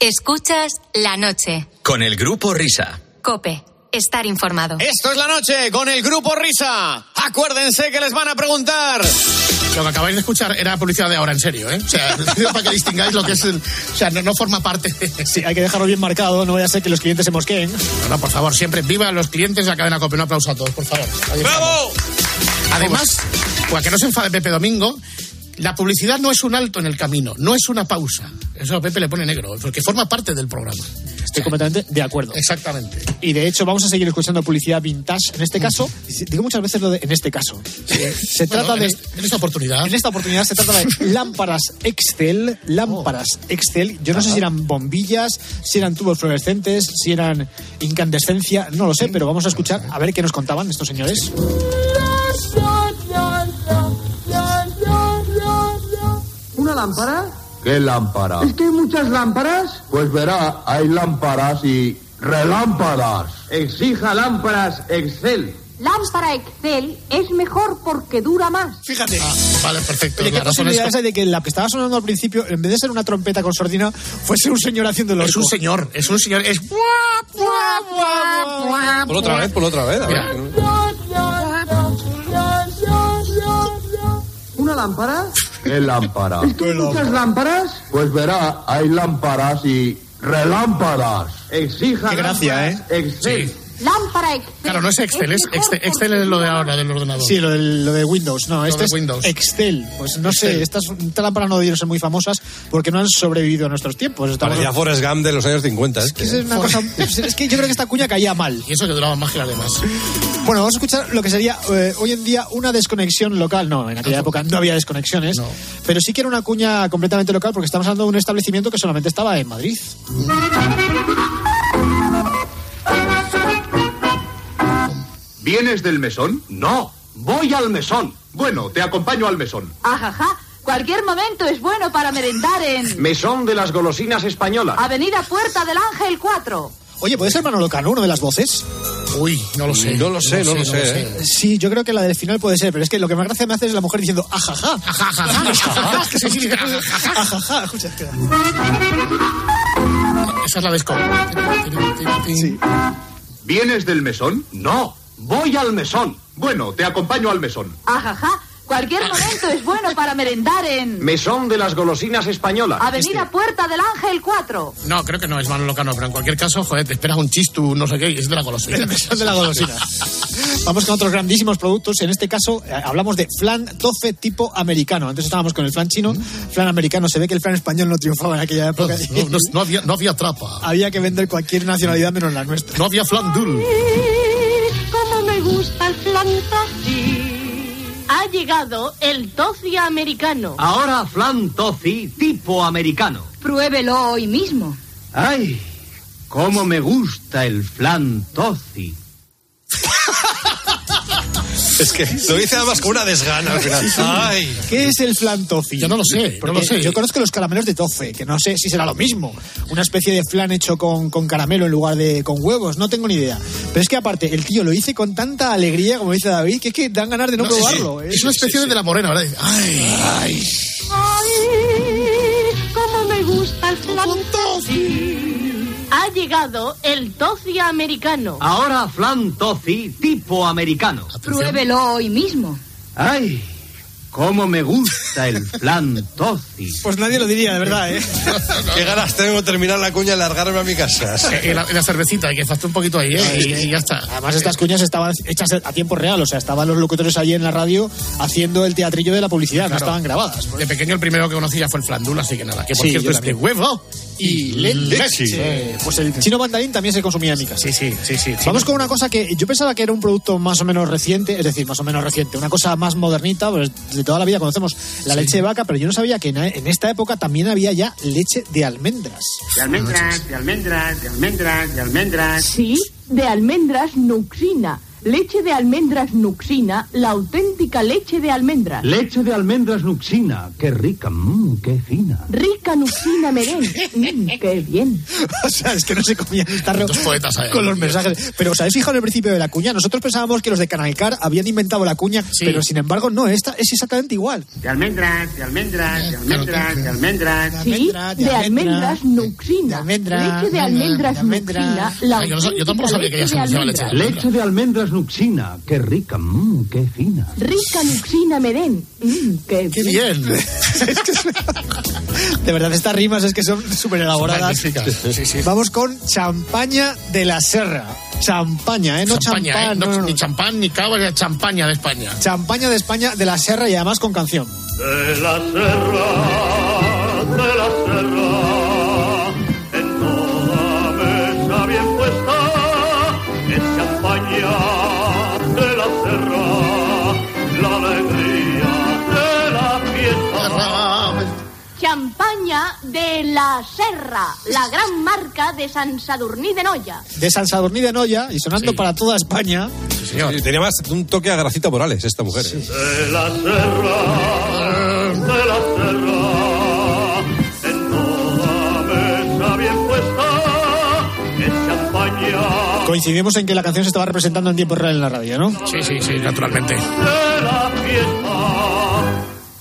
Speaker 3: Escuchas la noche.
Speaker 22: Con el grupo Risa.
Speaker 3: Cope. Estar informado.
Speaker 23: Esto es la noche con el grupo Risa. Acuérdense que les van a preguntar.
Speaker 9: Lo que acabáis de escuchar era publicidad de ahora, en serio, ¿eh? O sea, para que distingáis lo que es el... O sea, no, no forma parte...
Speaker 7: Sí, hay que dejarlo bien marcado, no vaya a ser que los clientes se mosqueen.
Speaker 9: No, no, por favor, siempre viva los clientes de la cadena COPE. Un aplauso a todos, por favor. ¡Bravo! Además, para que no se enfade Pepe Domingo, la publicidad no es un alto en el camino, no es una pausa. Eso a Pepe le pone negro, porque forma parte del programa. Eh,
Speaker 7: Estoy completamente de acuerdo.
Speaker 9: Exactamente.
Speaker 7: Y de hecho vamos a seguir escuchando publicidad vintage. En este caso, digo muchas veces lo de en este caso. Se
Speaker 9: Bueno,
Speaker 7: trata
Speaker 9: en
Speaker 7: de...
Speaker 9: este- en esta oportunidad.
Speaker 7: En esta oportunidad se trata de lámparas Excel, lámparas
Speaker 9: Oh.
Speaker 7: Excel. Yo no sé si eran bombillas, si eran tubos fluorescentes, si eran incandescencia, no lo sé, pero vamos a escuchar a ver qué nos contaban estos señores.
Speaker 5: ¿Una lámpara?
Speaker 24: ¿Qué lámpara?
Speaker 5: Es que hay muchas lámparas.
Speaker 24: Pues verá, hay lámparas y relámparas.
Speaker 5: Exija lámparas Excel.
Speaker 25: Lámpara Excel es mejor porque dura más.
Speaker 7: Fíjate.
Speaker 9: Vale, perfecto.
Speaker 7: Oye, ¿qué
Speaker 9: la razón es-
Speaker 7: posibilidades hay de que la que estaba sonando al principio, en vez de ser una trompeta con sordina, fuese un señor haciendo los
Speaker 9: Es un señor, es un señor, es...
Speaker 20: Por otra vez, por otra vez. a ver.
Speaker 5: ¿Una lámpara?
Speaker 24: ¿Qué lámpara?
Speaker 5: Es que hay muchas lámparas.
Speaker 24: Pues verá, hay lámparas y relámparas.
Speaker 5: Exija.
Speaker 24: Qué gracia, ¿eh?
Speaker 5: lámparas Excel.
Speaker 25: Lámpara Excel.
Speaker 9: Claro, no es Excel, es
Speaker 25: mejor
Speaker 9: Excel, Excel es lo de ahora, del ordenador.
Speaker 7: Sí, lo de, lo de Windows, no, este
Speaker 9: de
Speaker 7: es
Speaker 9: Windows.
Speaker 7: Excel. Pues no sé,
Speaker 9: Excel.
Speaker 7: estas esta lámparas no debieron ser muy famosas porque no han sobrevivido a nuestros tiempos. Estamos-
Speaker 20: Parecía Forrest Gump de los años ¿eh? 50.
Speaker 7: Es que es una cosa- es que yo creo que esta cuña caía mal.
Speaker 9: Y eso que duraba más que la demás.
Speaker 7: Bueno, vamos a escuchar lo que sería eh, hoy en día una desconexión local. No, en aquella época no había desconexiones, pero sí que era una cuña completamente local porque estamos hablando de un establecimiento que solamente estaba en Madrid.
Speaker 24: ¿Vienes del mesón? No, voy al mesón. Bueno, te acompaño al mesón.
Speaker 25: Ajaja, cualquier momento es bueno para merendar en
Speaker 24: Mesón de las golosinas españolas.
Speaker 25: Avenida Puerta del Ángel 4.
Speaker 7: Oye, ¿puede ser Manolo Cano uno de las voces?
Speaker 9: Uy, no lo sé.
Speaker 20: No lo sé, no lo sé. ¿eh?
Speaker 7: Sí, yo creo que la del final puede ser, pero es que lo que más gracia me hace es la mujer diciendo ajaja.
Speaker 9: Ajaja.
Speaker 7: Es que se sigue- Ajaja, escucha.
Speaker 9: Esa es la desco.
Speaker 24: ¿Vienes del mesón? No, voy al mesón. Bueno, te acompaño al mesón.
Speaker 25: Ajaja, cualquier momento es bueno para merendar en
Speaker 24: Mesón de las golosinas españolas.
Speaker 25: Avenida Puerta del Ángel 4.
Speaker 9: Este, No, creo que no es Manolo Cano, pero en cualquier caso, joder, te esperas un chistu, no sé qué, y es de la golosina.
Speaker 7: Es de la golosina. Vamos con otros grandísimos productos. En este caso, eh, hablamos de flan tofe tipo americano. Antes estábamos con el flan chino, flan americano. Se ve que el flan español no triunfaba en aquella época.
Speaker 9: Mm. No, no- no había, no había trapa.
Speaker 7: Había que vender cualquier nacionalidad menos la nuestra.
Speaker 9: No había flan dul.
Speaker 26: ¿Cómo me gusta el flan Ha llegado el toci americano.
Speaker 5: Ah.
Speaker 27: Ahora flan toci tipo americano.
Speaker 25: Pruébelo hoy mismo.
Speaker 27: ¡Ay! ¿Cómo me gusta el flan toci?
Speaker 20: Es que lo hice además con una
Speaker 9: Ah,
Speaker 20: desgana al final. Ay.
Speaker 7: ¿Qué es el flan toffee? Yo
Speaker 9: no lo sé, no lo sé.
Speaker 7: Yo conozco los caramelos de tofe, que no sé si será lo mismo. Una especie de flan hecho con, con caramelo en lugar de con huevos, no tengo ni idea. Pero es que aparte, el tío lo hice con tanta alegría, como dice David, que es que dan ganas de no,
Speaker 9: No, sí,
Speaker 7: probarlo. ¿eh?
Speaker 9: sí. Es una especie de la morena, ¿verdad? Ay, ay.
Speaker 26: ¡Ay! ¡Cómo me gusta el flan toffee! Ha llegado el toffee americano.
Speaker 5: Ahora flan toffee tipo americano.
Speaker 28: Pruébelo hoy mismo.
Speaker 5: ¡Ay! ¡Cómo me gusta el flan toffee!
Speaker 7: Pues nadie lo diría, de verdad, ¿eh?
Speaker 20: Qué ganas tengo de terminar la cuña y largarme a mi casa.
Speaker 9: Eh, Y la, y la cervecita, que falta un poquito ahí, ¿eh? Y, y ya está.
Speaker 7: Además, estas cuñas estaban hechas a tiempo real, o sea, estaban los locutores allí en la radio haciendo el teatrillo de la publicidad, no
Speaker 9: Claro.
Speaker 7: estaban grabadas. pues.
Speaker 9: De pequeño el primero que conocí ya fue el flandul, así que nada. Que por
Speaker 7: Sí,
Speaker 9: cierto
Speaker 7: yo
Speaker 9: es de huevo y leche.
Speaker 7: Leche. Pues el chino mandarín también se consumía en mi casa.
Speaker 9: Sí, sí, sí, sí.
Speaker 7: Vamos con una cosa que yo pensaba que era un producto más o menos reciente, es decir, más o menos reciente, una cosa más modernita, pues de toda la vida conocemos la leche de vaca, pero yo no sabía que en- en esta época también había ya leche de almendras.
Speaker 29: De almendras, de almendras, de almendras, de almendras.
Speaker 28: Sí.
Speaker 26: De almendras nuxina. Leche de almendras nuxina, la auténtica leche de almendras.
Speaker 5: Leche de almendras nuxina. ¡Qué rica! Mmm, ¡Qué fina!
Speaker 26: Rica nuxina merén. Mm, qué bien.
Speaker 7: O sea, es que no se comían el tarro
Speaker 9: poetas hay,
Speaker 7: con los
Speaker 9: Dios.
Speaker 7: mensajes. Pero os habéis fijado en el principio de la cuña. Nosotros pensábamos que los de Canal Car habían inventado la cuña, pero sin embargo, no, esta es exactamente igual.
Speaker 29: De almendras, de almendras, de almendras, de almendras.
Speaker 26: Sí, de almendras nuxina. leche de almendras nuxina, la
Speaker 9: Ay, yo no sab- yo tampoco
Speaker 26: auténtica
Speaker 9: sabía que ya se anunciaba leche de almendra.
Speaker 5: Leche de almendras nuxina. ¡Qué rica! Mmm, ¡Qué fina!
Speaker 26: Rica nuxina merén. Mm, qué, bien.
Speaker 7: De verdad, estas rimas es que son súper elaboradas.
Speaker 9: Sí, sí.
Speaker 7: Vamos con champaña de la serra. Champaña, ¿eh? No
Speaker 9: Champaña,
Speaker 7: champán,
Speaker 9: ¿eh? No,
Speaker 7: no, no, no.
Speaker 9: Ni champán, ni cava, ni champaña de España.
Speaker 7: Champaña de España de la serra y además con canción.
Speaker 13: De la serra, de la serra, en toda mesa bien puesta, es champaña de la serra, la alegría de la fiesta.
Speaker 26: Champaña de la Serra, la gran marca de San Sadurní de Noya.
Speaker 7: De San Sadurní de Noya y sonando para toda España.
Speaker 20: Sí, tenía más un toque a Gracita Morales esta mujer. ¿eh?
Speaker 13: De la serra, de la serra, en toda mesa bien puesta, es champaña
Speaker 7: Coincidimos en que la canción se estaba representando en tiempo real en la radio, ¿no?
Speaker 9: Sí, sí, sí, naturalmente.
Speaker 13: de la fiesta.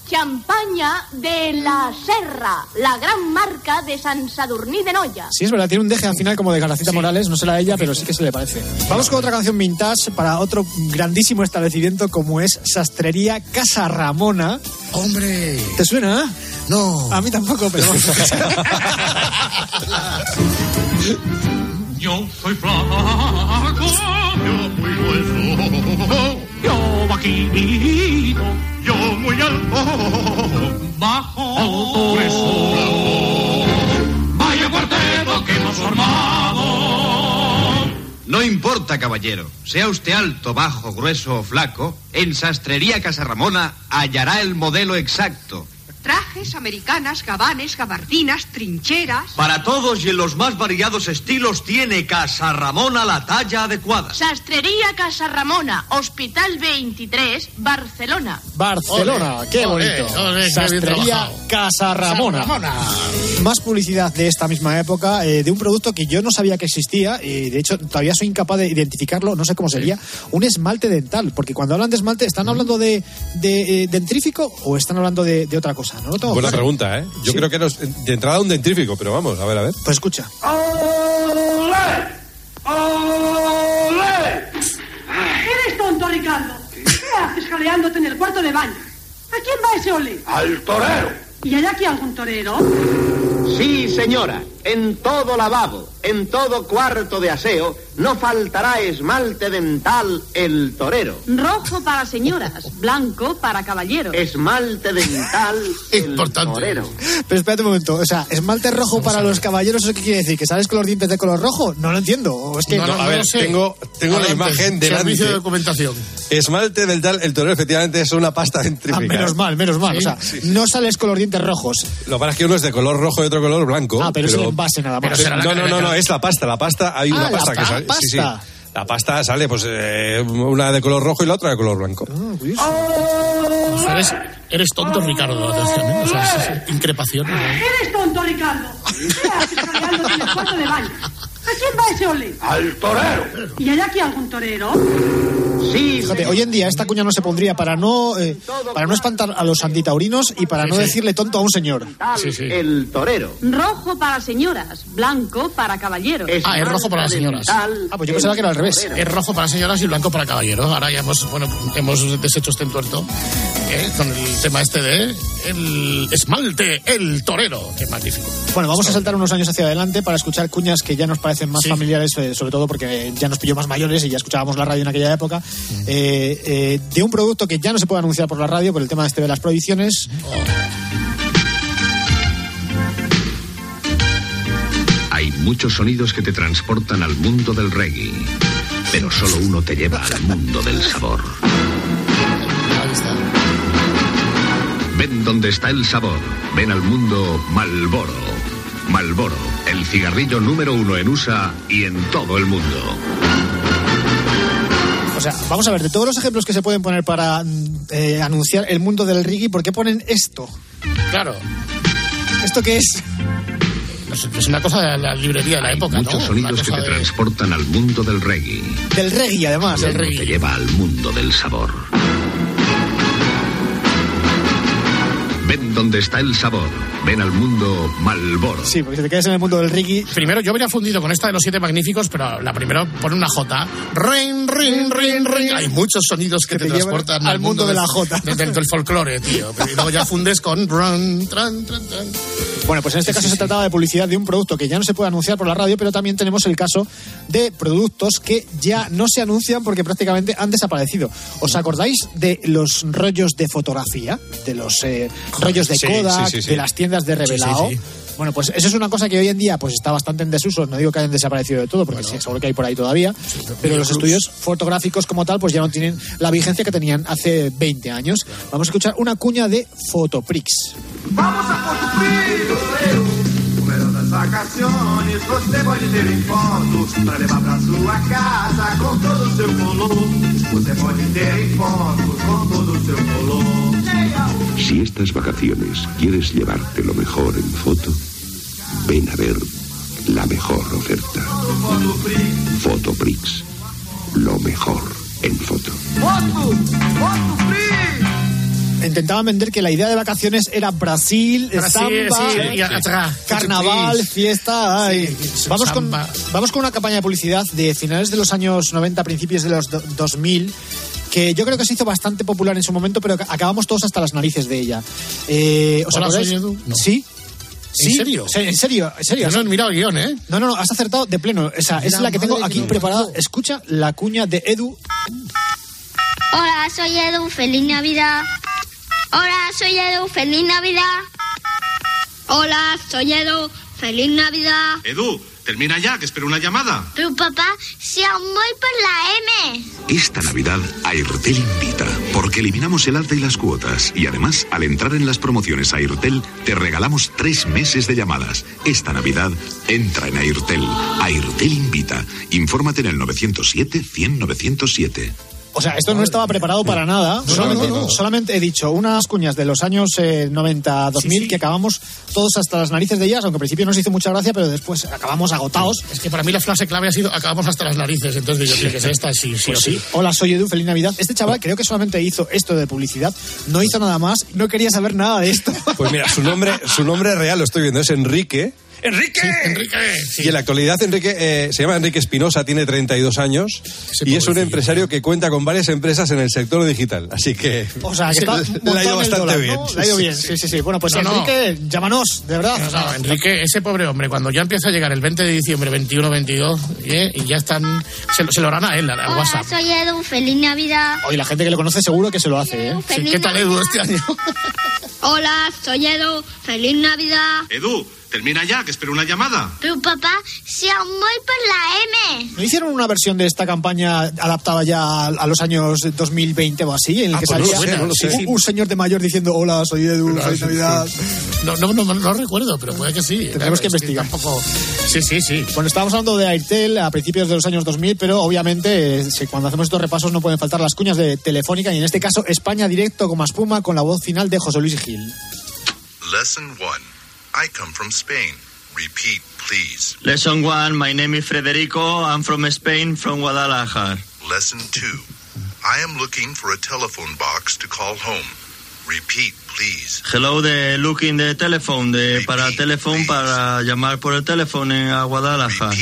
Speaker 26: Champaña de la Serra, la gran marca de San Sadurní de Noya.
Speaker 7: Sí, es verdad, tiene un deje al final como de Garacita Morales, no sé la de ella, pero sí que se le parece. Vamos con otra canción vintage para otro grandísimo establecimiento como es Sastrería Casa Ramona.
Speaker 9: ¡Hombre!
Speaker 7: ¿Te suena? No. A mí tampoco, pero...
Speaker 13: Yo soy flaco, yo muy grueso, yo vaquito, yo muy alto, bajo, grueso. Vaya cuarteto que hemos formado.
Speaker 5: No importa, caballero. Sea usted alto, bajo, grueso o flaco, en Sastrería Casarramona hallará el modelo exacto.
Speaker 30: Trajes, americanas, gabanes, gabardinas, trincheras.
Speaker 5: Para todos y en los más variados estilos tiene Casarramona la talla adecuada.
Speaker 26: Sastrería Casa Ramona, Hospital 23, Barcelona.
Speaker 7: Barcelona,
Speaker 26: Ole,
Speaker 7: qué
Speaker 26: ole,
Speaker 7: bonito.
Speaker 26: ole, qué bien
Speaker 7: Sastrería
Speaker 26: Oh, trabajado.
Speaker 7: Casa Ramona.
Speaker 26: San Ramona.
Speaker 7: Más publicidad de esta misma época, eh, de un producto que yo no sabía que existía, y de hecho todavía soy incapaz de identificarlo, no sé cómo sería, un esmalte dental, porque cuando hablan de esmalte, ¿están hablando de, de, eh, dentrífico o están hablando de, de otra cosa? No lo tengo
Speaker 20: Buena
Speaker 7: claro.
Speaker 20: pregunta, ¿eh? Yo creo que nos- de entrada un dentrífico, pero vamos, a ver, a ver.
Speaker 7: Pues escucha.
Speaker 30: ¡Ole! Eres tonto, Ricardo. ¿Qué haces jaleándote en el cuarto de baño? ¿A quién va ese ole?
Speaker 31: ¡Al torero!
Speaker 30: ¿Y hay aquí algún torero?
Speaker 32: Sí, señora, en todo lavabo, en todo cuarto de aseo, no faltará esmalte dental el torero.
Speaker 30: Rojo para señoras, blanco para caballeros.
Speaker 32: Esmalte dental el torero.
Speaker 7: Pero espérate un momento, o sea, esmalte rojo para los caballeros, ¿eso qué quiere decir? ¿Que sales con los dientes de color rojo? No lo entiendo. o es que-
Speaker 20: No, a ver, tengo, tengo la
Speaker 7: Adelante,
Speaker 20: imagen delante.
Speaker 7: servicio de
Speaker 9: documentación.
Speaker 20: Esmalte dental, el torero efectivamente es una pasta
Speaker 7: Ah,
Speaker 20: dentrífica.
Speaker 7: menos mal, menos mal.
Speaker 20: Sí,
Speaker 7: o sea, no sales con los dientes rojos.
Speaker 20: Lo que pasa es que uno es de color rojo y otro color blanco.
Speaker 7: Ah, pero es el envase nada más. Pero será la
Speaker 20: no,
Speaker 7: cara-
Speaker 20: no, no,
Speaker 7: la
Speaker 20: no,
Speaker 7: cara-
Speaker 20: es la pasta, la pasta, hay
Speaker 7: Ah,
Speaker 20: una
Speaker 7: la
Speaker 20: pasta que
Speaker 7: pa-
Speaker 20: sale. Sí, sí.
Speaker 7: pasta.
Speaker 20: la pasta sale pues eh, una de color rojo y la otra de color blanco.
Speaker 9: ¿Sabes? Eres tonto, Ricardo, atención, ¿eh? O sea, es- es increpación.
Speaker 33: ¡Eres tonto, Ricardo! ¿Qué haces jaleándote en el cuarto de baño? ¿A quién va ese ole?
Speaker 34: ¡Al torero!
Speaker 33: ¿Y hay aquí algún torero?
Speaker 34: Sí.
Speaker 7: Fíjate, hoy en día esta cuña no se pondría para no, eh, para no espantar a los antitaurinos y para
Speaker 9: Sí,
Speaker 7: no
Speaker 9: sí.
Speaker 7: decirle tonto a un señor.
Speaker 34: El torero.
Speaker 26: Rojo para señoras, blanco para caballeros.
Speaker 9: Ah, es rojo para las señoras.
Speaker 7: Ah, pues yo pensaba que era al revés.
Speaker 9: Es rojo para señoras y blanco para caballeros. Ahora ya hemos, bueno, hemos deshecho este entuerto ¿eh? con el tema este de el esmalte, el torero. Qué magnífico.
Speaker 7: Bueno, vamos a saltar unos años hacia adelante para escuchar cuñas que ya nos parecen más familiares, eh, sobre todo porque eh, ya nos pilló más mayores y ya escuchábamos la radio en aquella época,
Speaker 9: Mm.
Speaker 7: eh, eh, de un producto que ya no se puede anunciar por la radio por el tema este de las prohibiciones.
Speaker 35: Hay muchos sonidos que te transportan al mundo del reggae, pero solo uno te lleva al mundo del sabor. Ven donde está el sabor, ven al mundo Malboro. Malboro, el cigarrillo número uno en USA y en todo el mundo.
Speaker 7: O sea, vamos a ver, de todos los ejemplos que se pueden poner para mm, eh, anunciar el mundo del reggae, ¿por qué ponen esto?
Speaker 9: Claro.
Speaker 7: ¿Esto qué es?
Speaker 9: Es una cosa de la librería de la época, ¿no?
Speaker 35: Muchos sonidos que te transportan al mundo del reggae.
Speaker 7: Del reggae, además.
Speaker 35: Solo uno te lleva al mundo del sabor. Ven donde está el sabor. Ven al mundo Malboro.
Speaker 7: Sí, porque si te quedas en el mundo del Ricky.
Speaker 9: Primero, yo habría fundido con esta de los siete magníficos, pero la primera pone una J. Rin, rin, rin, rin. Hay muchos sonidos que, te,
Speaker 7: te llevan
Speaker 9: transportan
Speaker 7: al mundo de la
Speaker 9: J. Desde el del folclore, tío. Y luego ya fundes con. Run, tran, tran, tran.
Speaker 7: Bueno, pues en este caso se trataba de publicidad de un producto que ya no se puede anunciar por la radio, pero también tenemos el caso de productos que ya no se anuncian porque prácticamente han desaparecido. ¿Os acordáis de los rollos de fotografía? De los eh, rollos de
Speaker 20: Sí,
Speaker 7: Kodak,
Speaker 20: sí, sí, sí.
Speaker 7: de las tiendas de
Speaker 20: Sí, sí,
Speaker 7: revelado.
Speaker 20: sí.
Speaker 7: Bueno, pues eso es una cosa que hoy en día pues está bastante en desuso. No digo que hayan desaparecido de todo, porque sí, seguro que hay por ahí todavía. pero los estudios fotográficos como tal, pues ya no tienen la vigencia que tenían hace 20 años. Vamos a escuchar una cuña de Fotoprix.
Speaker 13: Vamos a por tu frío, Número das vacaciones, você pode ter em foto Pra levar pra sua casa com todo o seu color Você pode ter em foto com todo o seu color
Speaker 36: Si estas vacaciones quieres llevarte lo mejor en foto, ven a ver la mejor oferta. Fotoprix. Lo mejor en foto.
Speaker 13: Foto, foto frío
Speaker 7: Intentaban vender que la idea de vacaciones era Brasil,
Speaker 9: Brasil,
Speaker 7: samba,
Speaker 9: sí, y atrás,
Speaker 7: carnaval,
Speaker 9: Portugués.
Speaker 7: fiesta. ay. Vamos, con,
Speaker 9: samba.
Speaker 7: vamos con una campaña de publicidad de finales de los años 90, principios de los do- 2000 que yo creo que se hizo bastante popular en su momento, pero que acabamos todos hasta las narices de ella. Eh, ¿Os
Speaker 9: Hola,
Speaker 7: acordáis?
Speaker 9: soy Edu. No.
Speaker 7: Sí.
Speaker 9: ¿En
Speaker 7: Sí,
Speaker 9: serio?
Speaker 7: sí, En serio, en serio.
Speaker 9: Yo no he mirado el guión, ¿eh?
Speaker 7: No, no, no, has acertado de pleno. O sea, es
Speaker 9: La
Speaker 7: la que tengo
Speaker 9: madre
Speaker 7: aquí
Speaker 9: que me
Speaker 7: preparada. Escucha la cuña de Edu.
Speaker 37: Hola, soy Edu, feliz Navidad. Hola, soy Edu, feliz Navidad. Hola, soy Edu, feliz Navidad.
Speaker 4: Edu, termina ya, que espero una llamada.
Speaker 37: Pero papá, si aún voy por la M.
Speaker 36: Esta Navidad Airtel invita, porque eliminamos el alta y las cuotas. Y además, al entrar en las promociones Airtel, te regalamos tres meses de llamadas. Esta Navidad entra en Airtel. Airtel invita. Infórmate en el 907-100-907.
Speaker 7: O sea, esto no estaba preparado para nada. solamente, solamente he dicho unas cuñas de los años eh, 90-2000 que acabamos todos hasta las narices de ellas, aunque al principio nos hizo mucha gracia, pero después acabamos agotados.
Speaker 9: Es que para mí la frase clave ha sido acabamos hasta las narices, entonces yo creo que es esta, sí, sí
Speaker 7: Pues
Speaker 9: o sí.
Speaker 7: Hola, soy Edu, feliz Navidad. Este chaval creo que solamente hizo esto de publicidad, no hizo nada más, no quería saber nada de esto.
Speaker 20: Pues mira, su nombre, su nombre real lo estoy viendo, es Enrique.
Speaker 9: ¡Enrique! Enrique.
Speaker 20: Y en la actualidad Enrique eh, se llama Enrique Espinosa, tiene 32 años y es un empresario que cuenta con varias empresas en el sector digital. Así que,
Speaker 7: O sea, que está
Speaker 20: le ha
Speaker 7: montado en
Speaker 20: ido
Speaker 7: el
Speaker 20: bastante
Speaker 7: dólar,
Speaker 20: bien.
Speaker 7: ¿no? Le ha ido bien, sí, sí, sí. Bueno, pues
Speaker 9: No, no.
Speaker 7: Enrique, llámanos, de verdad.
Speaker 9: No, no, Enrique, ese pobre hombre, cuando ya empieza a llegar el 20 de diciembre, 21, 22, ¿eh? y ya están. Se, lo- se lo harán a él, al al
Speaker 37: Hola,
Speaker 9: Ah, WhatsApp.
Speaker 37: soy Edu, feliz Navidad.
Speaker 7: Oye, la gente que lo conoce seguro que se lo hace, ¿eh?
Speaker 37: Este Sí, ¿qué tal, Edu, este
Speaker 9: año?
Speaker 37: Hola, soy Edu, feliz Navidad.
Speaker 4: Edu,
Speaker 16: Termina ya, que espero una llamada.
Speaker 14: Pero papá, si aún voy por la M.
Speaker 7: ¿No hicieron una versión de esta campaña adaptada ya a, a los años 2020 o así? En el
Speaker 9: Ah,
Speaker 7: que
Speaker 9: pues no
Speaker 7: salía
Speaker 9: lo sé, no lo sé.
Speaker 7: un, un señor de mayor diciendo: Hola, soy Edu, feliz Navidad.
Speaker 9: No, no, no, no lo recuerdo, pero puede que sí.
Speaker 7: Tendremos que
Speaker 9: Es
Speaker 7: investigar.
Speaker 9: tampoco- Sí, sí, sí.
Speaker 7: Bueno, estábamos hablando de Airtel a principios de los años 2000, pero obviamente eh, si- cuando hacemos estos repasos no pueden faltar las cuñas de Telefónica y en este caso España directo como espuma con la voz final de José Luis Gil.
Speaker 22: Lesson 1. I come from Spain. Repeat, please.
Speaker 21: Lesson one, my name is Federico, I'm from Spain, from Guadalajara.
Speaker 22: Lesson 2. I am looking for a telephone box to call home. Repeat, please.
Speaker 21: Hello, the looking the telephone, de para teléfono, para llamar por el teléfono en- a Guadalajara.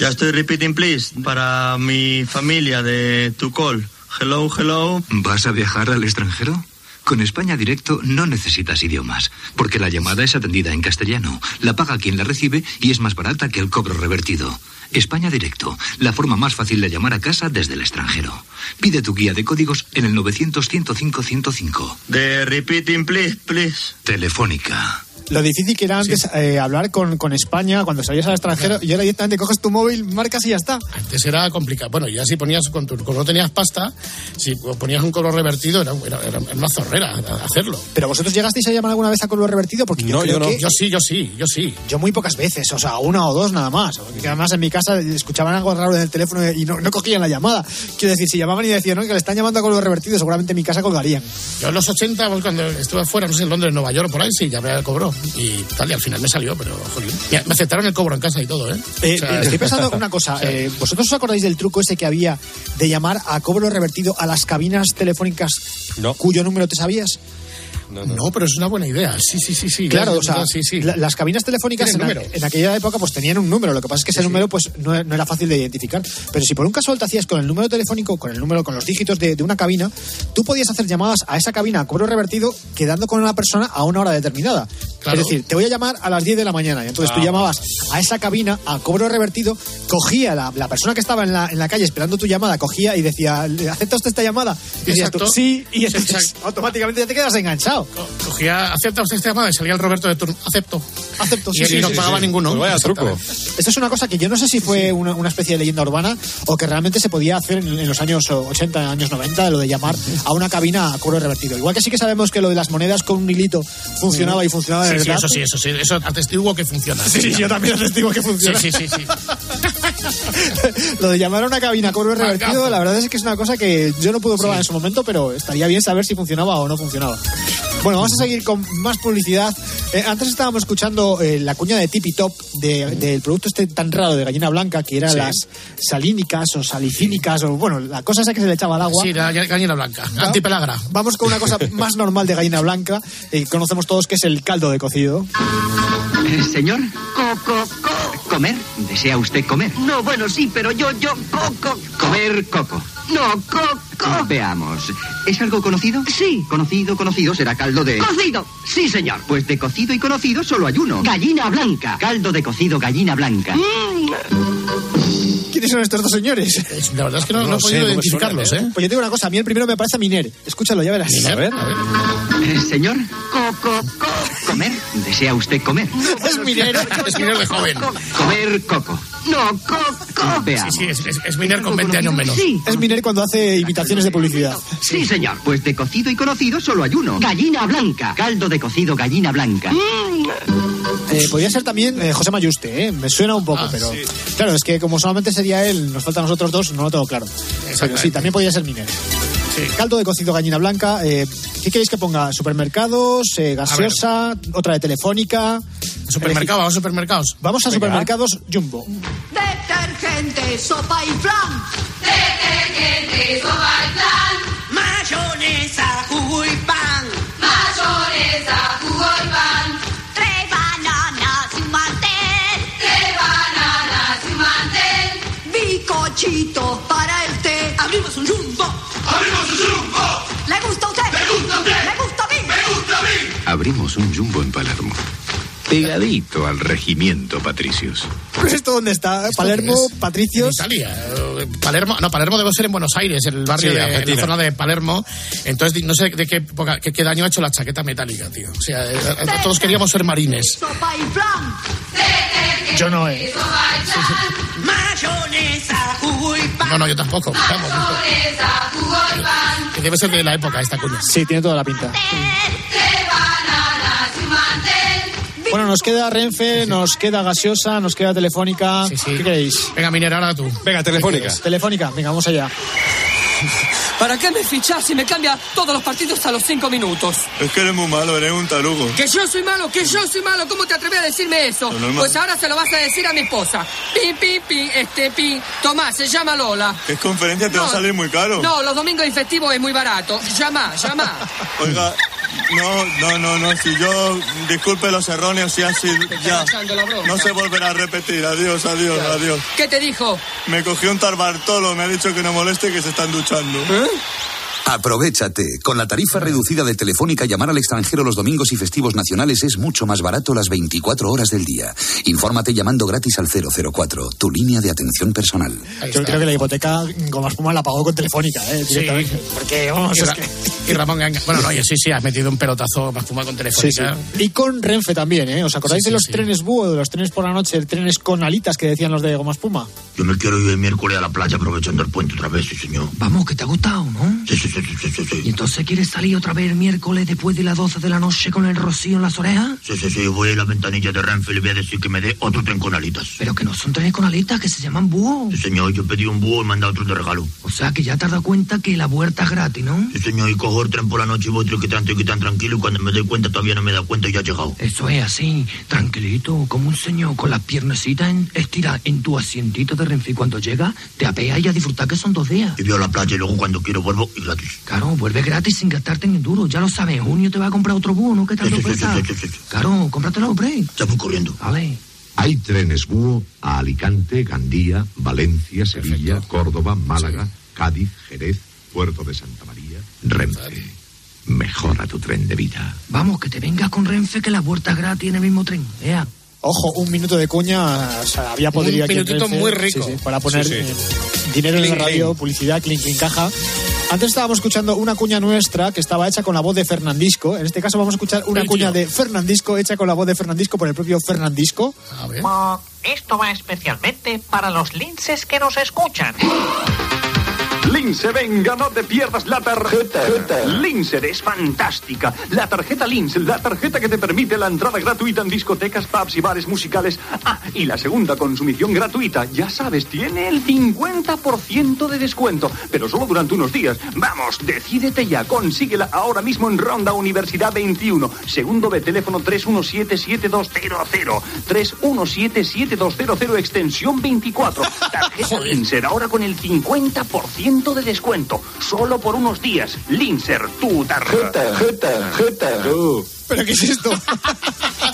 Speaker 21: Ya estoy repeating, please, para mi familia de tu call. Hello, hello.
Speaker 38: ¿Vas a viajar al extranjero? Con España Directo no necesitas idiomas, porque la llamada es atendida en castellano, la paga quien la recibe y es más barata que el cobro revertido. España Directo, la forma más fácil de llamar a casa desde el extranjero. Pide tu guía de códigos en el 900-105-105.
Speaker 21: The repeating, please, please.
Speaker 38: Telefónica.
Speaker 7: Lo difícil que era antes eh, hablar con, con España cuando salías al extranjero y ahora directamente coges tu móvil, marcas y ya está.
Speaker 9: Antes era complicado. Bueno, ya si ponías, cuando no tenías pasta, si ponías un color revertido, era, era- era una zorrera hacerlo.
Speaker 7: Pero vosotros llegasteis a llamar alguna vez a color revertido porque yo
Speaker 9: No,
Speaker 7: creo
Speaker 9: yo no.
Speaker 7: que-
Speaker 9: Yo sí, yo sí, yo sí.
Speaker 7: Yo muy pocas veces, o sea, una o dos nada más. Que además en mi casa escuchaban algo raro en el teléfono y no, no cogían la llamada. Quiero decir, si llamaban y decían "No, que le están llamando a color revertido, seguramente en mi casa colgarían.
Speaker 9: Yo en los 80, pues, cuando estuve fuera, no sé, en Londres, en Nueva York, por ahí, sí, ya me cobró. Y tal, y al final me salió, pero jolín. Mira, me aceptaron el cobro en casa y todo, ¿eh?
Speaker 7: Eh,
Speaker 9: O sea,
Speaker 7: eh, estoy pensando una
Speaker 9: o
Speaker 7: cosa.
Speaker 9: sea,
Speaker 7: eh, ¿Vosotros os acordáis del truco ese que había de llamar a cobro revertido a las cabinas telefónicas cuyo número te sabías?
Speaker 9: no, pero es una buena idea. Sí, sí, sí, sí.
Speaker 7: claro,
Speaker 9: Ya,
Speaker 7: o sea,
Speaker 9: sí, sí.
Speaker 7: la- las cabinas telefónicas en,
Speaker 9: Tienen
Speaker 7: a-
Speaker 9: número.
Speaker 7: en aquella época pues tenían un número. Lo que pasa es que ese número pues no, no era fácil de identificar. Pero si por un casual te hacías con el número telefónico, con el número, con los dígitos de, de una cabina, tú podías hacer llamadas a esa cabina a cobro revertido quedando con una persona a una hora determinada.
Speaker 9: Claro.
Speaker 7: Es decir, te voy a llamar a las 10 de la mañana. Y entonces
Speaker 9: Ah.
Speaker 7: tú llamabas a esa cabina a cobro revertido, cogía la, la persona que estaba en la, en la calle esperando tu llamada, cogía y decía, ¿acepta usted esta llamada? Y decías tú,
Speaker 9: Exacto.
Speaker 7: sí, y entonces
Speaker 9: Exacto.
Speaker 7: automáticamente ya te quedas enganchado.
Speaker 9: Cogía, acepta usted este llamada y salía el Roberto de turno. Acepto.
Speaker 7: Acepto,
Speaker 9: Y, y no pagaba ninguno. Exactamente.
Speaker 7: Esto es una cosa que yo no sé si fue una, una especie de leyenda urbana o que realmente se podía hacer en, en los años 80, años 90, lo de llamar a una cabina a cobro revertido. Igual que sí que sabemos que lo de las monedas con un hilito funcionaba y funcionaba de
Speaker 9: Sí, sí,
Speaker 7: verdad.
Speaker 9: eso sí, eso sí. Eso atestiguo que funciona.
Speaker 7: Sí, yo también atestiguo que funciona.
Speaker 9: Sí, sí, sí. sí.
Speaker 7: Lo de llamar a una cabina a cobro revertido, la verdad es que es una cosa que yo no pude probar en su momento, pero estaría bien saber si funcionaba o no funcionaba. Bueno, vamos a seguir con más publicidad. Eh, antes estábamos escuchando eh, la cuña de Tipi Top de- del producto este tan raro de gallina blanca que eran
Speaker 9: Sí.
Speaker 7: las salínicas o salicínicas o bueno, la cosa esa que se le echaba al agua.
Speaker 9: Sí, la gallina blanca.
Speaker 7: Va-
Speaker 9: Antipelagra.
Speaker 7: Vamos con una cosa más normal de gallina blanca, eh, conocemos todos que es el caldo de cocido.
Speaker 15: Eh, Señor, co, co, co. ¿Comer? ¿Desea usted comer? No, bueno, sí, pero yo, yo, coco. Comer coco. No, coco. Veamos. ¿Es algo conocido? Sí. Conocido, conocido, será caldo de...
Speaker 13: Cocido.
Speaker 15: Sí, señor. Pues de cocido y conocido solo hay uno. Gallina blanca. Mm. Caldo de cocido, gallina blanca.
Speaker 13: Mm,
Speaker 7: ¿Quiénes son estos dos señores?
Speaker 9: La verdad es que no, no he podido identificarlos, ¿eh?
Speaker 7: Pues yo tengo una cosa, a mí el primero me parece a Miner. Escúchalo, ya verás.
Speaker 9: A ver, a ver.
Speaker 15: Eh, señor, coco, co. ¿Comer? ¿Desea usted comer?
Speaker 9: Es minero, es minero de joven.
Speaker 15: Comer coco. No, coco.
Speaker 9: Sí, sí, es, es, es minero con 20 años menos.
Speaker 7: Es Miner cuando hace imitaciones de publicidad.
Speaker 15: Sí, señor. Pues de cocido y conocido solo hay uno. Gallina blanca. Caldo de cocido, gallina blanca.
Speaker 13: mm.
Speaker 7: Eh, podría ser también eh, José Mayuste, ¿eh? me suena un poco,
Speaker 15: Ah,
Speaker 7: pero
Speaker 15: sí.
Speaker 7: claro, es que como solamente sería él, nos faltan nosotros dos, no lo tengo claro. Pero sí, también podría ser Miner. Caldo de cocido gallina blanca. eh, ¿Qué queréis que ponga? ¿Supermercados? eh, ¿Gaseosa? ¿Otra de telefónica?
Speaker 9: Supermercado, vamos a supermercados.
Speaker 7: Vamos a
Speaker 9: Venga.
Speaker 7: supermercados Jumbo.
Speaker 13: Detergente, sopa y flan. Detergente, sopa y flan. Mayonesa, jugo y pan. Mayonesa, jugo y pan. Tres bananas y un mantel. Tres bananas y un mantel. Bicochito para el té. Abrimos un jumbo. Abrimos un jumbo. ¿Le gusta a usted? ¿Le gusta a usted? ¿Le gusta a mí? ¿Me gusta a mí?
Speaker 4: Abrimos un jumbo en Palermo. Pegadito al regimiento Patricios.
Speaker 9: Pues
Speaker 7: ¿Esto dónde está? Palermo, Patricios.
Speaker 9: Italia. Palermo, no, Palermo debe ser en Buenos Aires, en el barrio
Speaker 39: Sí,
Speaker 9: de en la
Speaker 39: Argentina.
Speaker 9: zona de Palermo. Entonces, no sé de qué época, qué, qué daño ha hecho la chaqueta metálica, tío. O sea, eh, todos queríamos ser marines.
Speaker 13: Sopa y flan.
Speaker 9: Yo no, eh.
Speaker 13: Mayonesa, jugo y pan.
Speaker 9: No, no, yo tampoco. Vamos,
Speaker 13: Mayonesa, jugo y pan.
Speaker 9: que debe ser de la época esta cuña.
Speaker 7: Sí, tiene toda la pinta.
Speaker 13: Bananas y mantel.
Speaker 7: Bueno, nos queda Renfe, nos queda Gaseosa, nos queda Telefónica. ¿Qué queréis?
Speaker 9: Venga, Minera, ahora tú.
Speaker 5: Venga,
Speaker 7: Telefónica. Telefónica, venga, vamos allá.
Speaker 29: ¿Para qué me fichas si me cambia todos los partidos a los cinco minutos?
Speaker 40: Es que eres muy malo, eres un tarugo.
Speaker 29: Que yo soy malo, que yo soy malo, ¿cómo te atreves a decirme eso?
Speaker 40: Lo normal.
Speaker 29: Pues ahora se lo vas a decir a mi esposa. Pi, pi, pi, este, pi. Tomás, se llama Lola.
Speaker 40: Que es conferencia, te va a
Speaker 29: No.
Speaker 40: salir muy caro.
Speaker 29: No, los domingos y festivos es muy barato. Llama, llama.
Speaker 40: Oiga, no, no, no, no, si yo, disculpe los erróneos, si así, ya.
Speaker 29: echando la bronca.
Speaker 40: No se volverá a repetir, adiós, adiós, adiós.
Speaker 29: ¿Qué te dijo?
Speaker 40: Me cogió un tal Bartolo, me ha dicho que no moleste que se están duchando.
Speaker 29: ¿Eh?
Speaker 35: Aprovechate. Con la tarifa reducida de Telefónica, llamar al extranjero los domingos y festivos nacionales es mucho más barato las 24 horas del día. Infórmate llamando gratis al 004, tu línea de atención personal.
Speaker 7: Yo creo que la hipoteca Goma Espuma la pagó con Telefónica, ¿eh? Directamente. Porque, vamos,
Speaker 9: y,
Speaker 7: es
Speaker 9: Ra- y Ramón Ganga. Bueno, no, oye, sí, sí, has metido un pelotazo más fumado con
Speaker 7: Sí, sí.
Speaker 9: telefónica.
Speaker 7: Y con Renfe también, ¿eh? ¿Os acordáis
Speaker 9: Sí, sí,
Speaker 7: de los
Speaker 9: sí.
Speaker 7: trenes búho, de los trenes por la noche, de trenes con alitas que decían los de Goma Espuma?
Speaker 41: Yo me quiero ir el miércoles a la playa aprovechando el puente otra vez, sí, señor.
Speaker 23: Vamos, que te ha gustado, ¿no?
Speaker 41: Sí, sí, sí, sí, sí, sí,
Speaker 23: ¿Y
Speaker 41: sí.
Speaker 23: entonces quieres salir otra vez el miércoles después de las 12 de la noche con el rocío en las orejas?
Speaker 41: Sí, sí, sí, voy a la ventanilla de Renfe y le voy a decir que me dé otro tren con alitas.
Speaker 23: Pero que no son trenes con alitas, que se llaman búho.
Speaker 41: Sí, señor, yo pedí un búho y me han dado otro de regalo.
Speaker 23: O sea que ya te has dado cuenta que la vuelta es gratis, ¿no?
Speaker 41: Sí, señor, y cojo el tren por la noche y voy triquitán, triquitán, tranquilo y cuando me doy cuenta todavía no me he dado cuenta y ya he llegado.
Speaker 23: Eso es así, tranquilito, como un señor con las piernecitas en- estiradas en tu asientito de Renfe y cuando llega te apeas y a disfrutar que son dos días.
Speaker 41: Y voy a la playa y luego cuando quiero vuelvo y gratis.
Speaker 23: Claro, vuelve gratis sin gastarte en duro, ya lo sabes, en junio te va a comprar otro búho, ¿no? ¿Qué
Speaker 41: Sí,
Speaker 23: tanto
Speaker 41: sí, sí,
Speaker 23: pesa?
Speaker 41: sí, sí, sí, sí.
Speaker 23: Claro, cómpratelo, hombre.
Speaker 41: Ya voy corriendo.
Speaker 23: Vale.
Speaker 42: Hay trenes búho a Alicante, Gandía, Valencia, Sevilla, Córdoba, Málaga, Cádiz, Jerez, Puerto de Santa María, Renfe. Mejora tu tren de vida.
Speaker 23: Vamos, que te vengas con Renfe, que la vuelta es gratis en el mismo tren. Ea.
Speaker 7: Ojo, un minuto de cuña, o sea, había podría
Speaker 23: Un minutito muy rico.
Speaker 7: para poner
Speaker 23: Sí, sí.
Speaker 7: eh, dinero en
Speaker 23: Clink,
Speaker 7: la radio, publicidad, clink, clink, caja. Antes estábamos escuchando una cuña nuestra que estaba hecha con la voz de Fernandisco. En este caso vamos a escuchar una
Speaker 43: El
Speaker 7: cuña de Fernandisco hecha con la voz de Fernandisco por el propio Fernandisco.
Speaker 43: Mo, Esto va especialmente para los linces que nos escuchan.
Speaker 44: Lince, venga, no te pierdas la tarjeta. Lince es fantástica. La tarjeta Lince, la tarjeta que te permite la entrada gratuita en discotecas, pubs y bares musicales. Ah, y la segunda consumición gratuita, ya sabes, tiene el 50% de descuento, pero solo durante unos días. Vamos, decídete ya, consíguela ahora mismo en Ronda Universidad 21, segundo de teléfono 3177200, 3177200 extensión 24. Tarjeta Linzer, ahora con el 50% de descuento, solo por unos días. Linzer, tu tarjeta.
Speaker 7: ¿Pero qué es esto?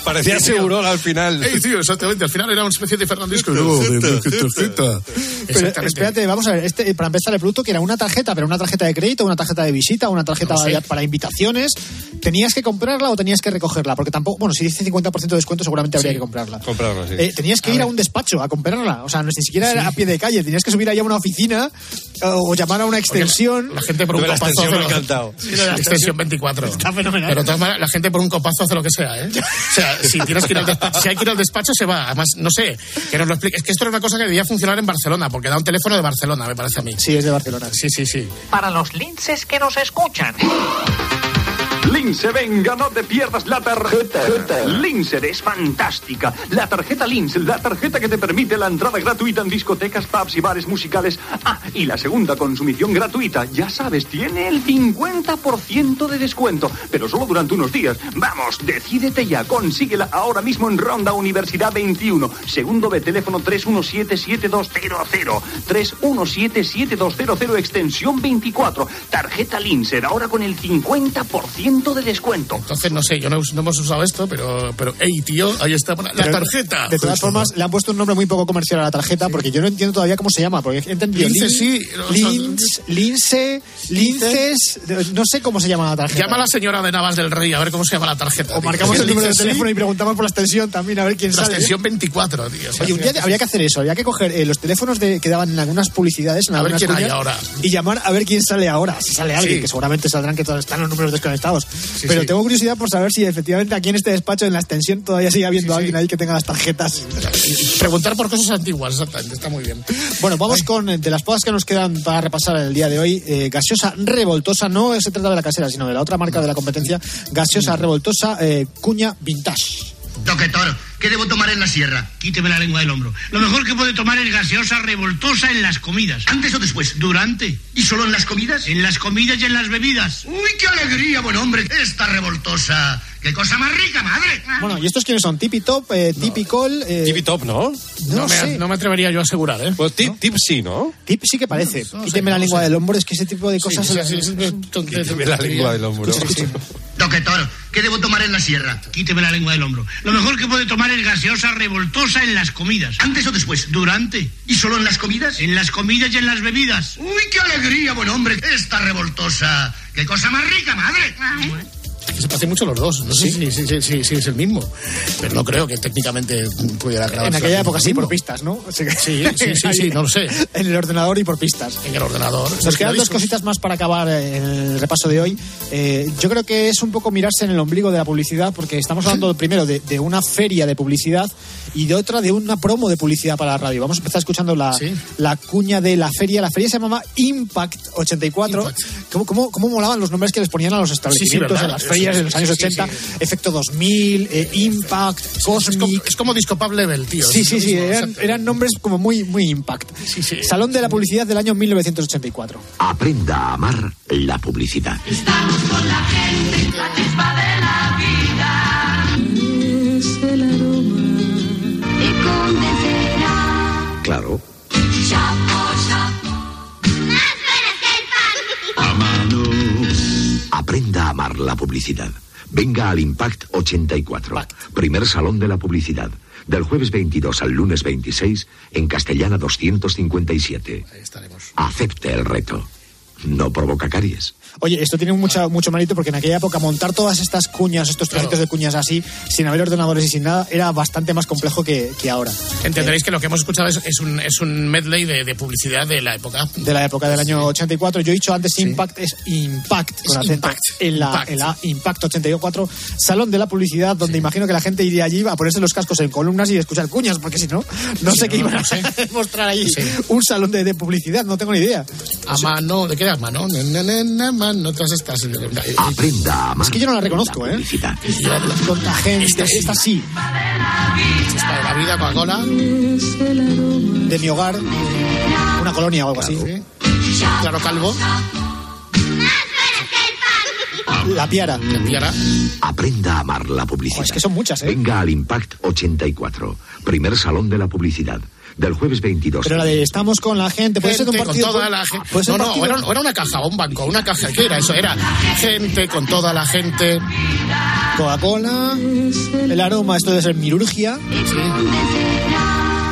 Speaker 5: Parecía seguro al final.
Speaker 9: Ey, tío, exactamente. Al final era una especie de Fernandisco. No,
Speaker 7: Pero,
Speaker 9: Exactamente.
Speaker 7: eh, espérate, vamos a ver, este, eh, para empezar el producto que era una tarjeta, pero una tarjeta de crédito, una tarjeta de visita, una tarjeta
Speaker 9: No sé.
Speaker 7: ya para invitaciones, ¿tenías que comprarla o tenías que recogerla? Porque tampoco, bueno, si dice 50% de descuento seguramente habría que comprarla.
Speaker 5: Comprarlo, sí.
Speaker 7: Eh, tenías que ir a un despacho a comprarla, o sea, no es ni siquiera era a pie de calle, tenías que subir allá a una oficina eh, o llamar a una extensión.
Speaker 9: La gente por un copazo hace lo- Sí, lo de la extensión 24.
Speaker 7: Está fenomenal.
Speaker 9: Pero de todas maneras, la gente por un copazo hace lo que sea, ¿eh? O sea, si, tienes que ir al despacho, si hay que ir al despacho, se va. Además, no sé, que nos lo explique. Es que esto es una cosa que debía funcionar en Barcelona, porque da un teléfono de Barcelona, me parece a mí.
Speaker 7: Sí, es de Barcelona.
Speaker 9: Sí, sí, sí.
Speaker 44: Para los linces que nos escuchan. Lince, venga, no te pierdas la tarjeta. Lince es fantástica. La tarjeta Lince, la tarjeta que te permite la entrada gratuita en discotecas, pubs y bares musicales. Ah, y la segunda consumición gratuita, ya sabes, tiene el 50% de descuento, pero solo durante unos días. Vamos, decídete ya, consíguela ahora mismo en Ronda Universidad 21, segundo de teléfono 3177200, 3177200 extensión 24. Tarjeta Lince, ahora con el 50%
Speaker 45: 10% de descuento.
Speaker 9: Entonces, no sé, yo no, us- no hemos usado esto, pero, pero hey, tío, ahí está la
Speaker 7: Pero,
Speaker 9: tarjeta.
Speaker 7: De todas formas, le han puesto un nombre muy poco comercial a la tarjeta porque yo no entiendo todavía cómo se llama. Porque he entendido.
Speaker 9: Lince,
Speaker 7: lin-
Speaker 9: sí, o sea,
Speaker 7: lins- lince, linces. No sé cómo se llama la tarjeta.
Speaker 9: Llama a la señora de Navas del Rey a ver cómo se llama la tarjeta.
Speaker 7: O marcamos el número de teléfono y preguntamos por la extensión también, a ver quién
Speaker 9: La
Speaker 7: sale.
Speaker 9: extensión 24, tío.
Speaker 7: Oye, un día habría que hacer eso, habría que coger eh, los teléfonos de, que daban en algunas publicidades, en
Speaker 9: A ver
Speaker 7: algunas
Speaker 9: quién hay
Speaker 7: cuñas,
Speaker 9: ahora.
Speaker 7: y llamar a ver quién sale ahora, si sale alguien,
Speaker 9: Sí.
Speaker 7: que seguramente saldrán que todos están los números desconectados. Pero tengo curiosidad por saber si efectivamente aquí en este despacho, en la extensión, todavía sigue habiendo alguien ahí que tenga las tarjetas.
Speaker 9: Preguntar por cosas antiguas, exactamente, está muy bien.
Speaker 7: Bueno, vamos con eh, de las pocas que nos quedan para repasar el día de hoy. eh, gaseosa revoltosa, no se trata de la casera, sino de la otra marca de la competencia.
Speaker 9: Mm.
Speaker 7: Gaseosa revoltosa, eh, cuña vintage.
Speaker 17: Doctor, ¿qué debo tomar en la sierra? Quíteme la lengua del hombro. Lo mejor que puede tomar es gaseosa revoltosa en las comidas. ¿Antes o después? Durante. ¿Y solo en las comidas? En las comidas y en las bebidas. ¡Uy, qué alegría, buen hombre! Esta revoltosa. ¡Qué cosa más rica, madre!
Speaker 7: Bueno, ¿y estos quiénes son? Tipi Top, eh, Tipi Col. eh,
Speaker 20: Tippy Top, ¿no?
Speaker 7: No No me- sé.
Speaker 9: no me atrevería yo a asegurar, ¿eh?
Speaker 20: Pues tip, tip sí, ¿no?
Speaker 7: Tip sí que parece. Quíteme la lengua del hombro, es que ese tipo de cosas.
Speaker 20: Quíteme la lengua del hombro.
Speaker 17: Doctor, ¿qué debo tomar en la sierra? Quíteme la lengua del hombro. Lo mejor que puede tomar es gaseosa revoltosa en las comidas. ¿Antes o después? Durante. ¿Y solo en las comidas? En las comidas y en las bebidas. ¡Uy, qué alegría, buen hombre! Esta revoltosa. ¡Qué cosa más rica, madre!
Speaker 9: Que se parecen mucho los dos. No sé si, si- si- si- si es el mismo. Pero no creo que técnicamente pudiera grabar.
Speaker 7: En aquella época sí, por pistas, ¿no? Sí,
Speaker 9: Sí, sí, sí, sí, no lo sé.
Speaker 7: En el ordenador y por pistas.
Speaker 9: En el ordenador.
Speaker 7: Nos quedan dos
Speaker 9: Discos.
Speaker 7: cositas más para acabar eh, en el repaso de hoy. Eh, yo creo que es un poco mirarse en el ombligo de la publicidad, porque estamos hablando primero de, de una feria de publicidad y de otra de una promo de publicidad para la radio. Vamos a empezar escuchando la, la cuña de la feria. La feria se llamaba Impact 84. ¿Cómo, cómo, cómo molaban los nombres que les ponían a los establecimientos,
Speaker 9: ¿verdad?
Speaker 7: a las ferias de los
Speaker 9: Sí,
Speaker 7: años
Speaker 9: sí, sí,
Speaker 7: 80? Efecto 2000, eh, Impact, Cosmic. Es como,
Speaker 9: Disco Pub Level, tío.
Speaker 7: Sí,
Speaker 9: es
Speaker 7: sí,
Speaker 9: lo
Speaker 7: sí.
Speaker 9: mismo,
Speaker 7: Eran,
Speaker 9: exacto.
Speaker 7: eran nombres como muy, muy Impact. Salón de la Publicidad del año 1984.
Speaker 35: Aprenda a amar la publicidad.
Speaker 13: La chispa de la vida es el aroma y con deseo.
Speaker 35: Claro.
Speaker 13: Chapo, chapo.
Speaker 35: Aprenda a amar la publicidad. Venga al Impact 84, primer salón de la publicidad, del jueves 22 al lunes 26 en Castellana 257. Acepte el reto. No provoca caries.
Speaker 7: Oye, esto tiene
Speaker 9: Ah.
Speaker 7: mucha, mucho mérito porque en aquella época montar todas estas cuñas, estos trocitos de cuñas así, sin haber ordenadores y sin nada, era bastante más complejo que, que ahora.
Speaker 9: Entenderéis que lo que hemos escuchado es, es un, es un medley de, de publicidad de la época.
Speaker 7: De la época del año 84. Yo he dicho antes Impact es Impact, con
Speaker 9: Es
Speaker 7: acento
Speaker 9: Impact,
Speaker 7: en la,
Speaker 9: Impact.
Speaker 7: en la Impact 84, Salón de la Publicidad, donde imagino que la gente iría allí a ponerse los cascos en columnas y escuchar cuñas, porque si no, no sé qué iban a mostrar allí. Un salón de, de publicidad, no tengo ni idea.
Speaker 9: A mano, ¿de qué era? Mano, ne, ne, ne, ne, mano, todas estas. eh,
Speaker 35: Aprenda a amar.
Speaker 7: Es que yo no la reconozco, ¿eh?
Speaker 35: Publicidad.
Speaker 7: Tonta gente, esta, sí.
Speaker 9: Esta de la vida, Coca-Cola.
Speaker 7: De mi hogar, una colonia o algo así.
Speaker 9: Claro, Calvo.
Speaker 7: La piara.
Speaker 9: La piara.
Speaker 35: Aprenda a amar la publicidad.
Speaker 7: es que son muchas, ¿eh?
Speaker 35: Venga al Impact 84, primer salón de la publicidad, del jueves 22.
Speaker 7: Pero la de estamos con la gente, puede ser de un
Speaker 9: Gente
Speaker 7: partido.
Speaker 9: con toda
Speaker 7: pol-
Speaker 9: la gente.
Speaker 7: puede ser
Speaker 9: No,
Speaker 7: un
Speaker 9: no,
Speaker 7: partido-
Speaker 9: era, era una caja, un banco, una caja. ¿Qué era eso? Era gente con toda la gente.
Speaker 7: Coca-Cola, el aroma, esto debe ser mirurgia.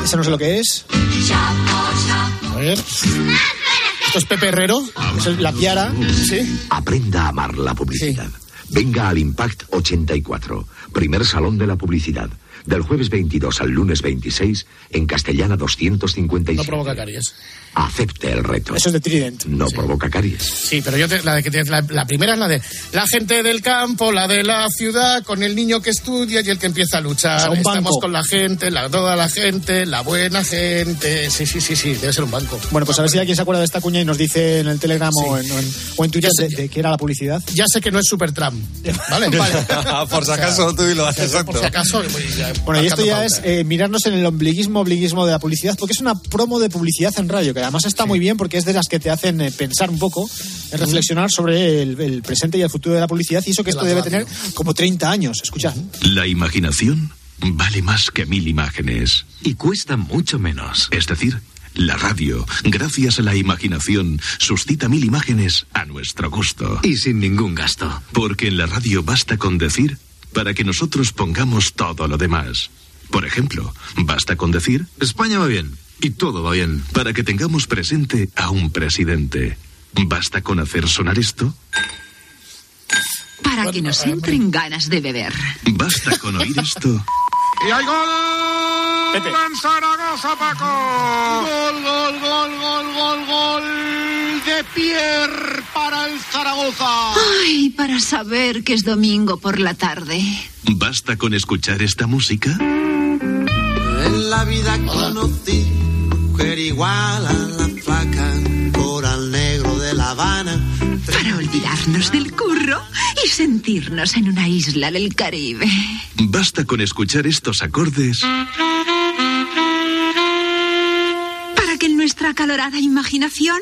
Speaker 7: Eso no sé lo que es.
Speaker 9: A ver. Esto es Pepe Herrero.
Speaker 7: Eso es la piara.
Speaker 9: Sí.
Speaker 35: Aprenda a amar la publicidad. Venga al Impact 84, primer salón de la publicidad, del jueves 22 al lunes 26 en Castellana
Speaker 9: No
Speaker 35: 257.
Speaker 9: provoca caries.
Speaker 35: Acepte el reto.
Speaker 7: Eso es de Trident.
Speaker 35: No provoca caries.
Speaker 9: Sí, pero yo te- la, de, que te- la, la primera es la de la gente del campo, la de la ciudad, con el niño que estudia y el que empieza a luchar.
Speaker 7: O sea, un
Speaker 9: Estamos
Speaker 7: banco.
Speaker 9: con la gente, la, toda la gente, la buena gente. Sí, sí, sí, sí, debe ser un banco.
Speaker 7: Bueno, pues a ver si alguien se acuerda de esta cuña y nos dice en el Telegram o,
Speaker 9: Sí.
Speaker 7: en, o en- o en Twitter
Speaker 9: Ya
Speaker 7: de, de qué era la publicidad.
Speaker 9: Ya sé que no es Supertram, ¿vale? Vale.
Speaker 7: Ah, Por si acaso
Speaker 20: tú y lo haces.
Speaker 9: Por si acaso. pues, ya,
Speaker 7: Bueno, y esto
Speaker 9: marcando
Speaker 7: ya
Speaker 9: pauta.
Speaker 7: es eh, mirarnos en el ombliguismo, obliguismo de la publicidad, porque es una promo de publicidad en radio, que además está muy bien porque es de las que te hacen eh, pensar un poco, eh, reflexionar sobre el, el presente y el futuro de la publicidad, y eso que esto debe tener como 30 años. Escuchad.
Speaker 5: La imaginación vale más que mil imágenes. Y cuesta mucho menos. Es decir,
Speaker 4: La radio, gracias a la imaginación, suscita mil imágenes a nuestro gusto.
Speaker 35: Y sin ningún gasto.
Speaker 4: Porque en la radio basta con decir para que nosotros pongamos todo lo demás. Por ejemplo, basta con decir España va bien y todo va bien para que tengamos presente a un presidente. Basta con hacer sonar esto
Speaker 45: Para que nos entren ganas de beber.
Speaker 4: Basta con oír esto.
Speaker 13: ¡Y hay gol! ¡En Zaragoza, Paco! ¡Gol, gol, gol, gol, gol, gol! ¡De Pierre para el Zaragoza!
Speaker 45: Ay, para saber que es domingo por la tarde.
Speaker 4: Basta con escuchar esta música.
Speaker 5: En la vida conocí mujer igual a la flaca, coral negro de La Habana.
Speaker 45: Para olvidarnos del curro y sentirnos en una isla del Caribe.
Speaker 4: Basta con escuchar estos acordes
Speaker 45: Para que en nuestra acalorada imaginación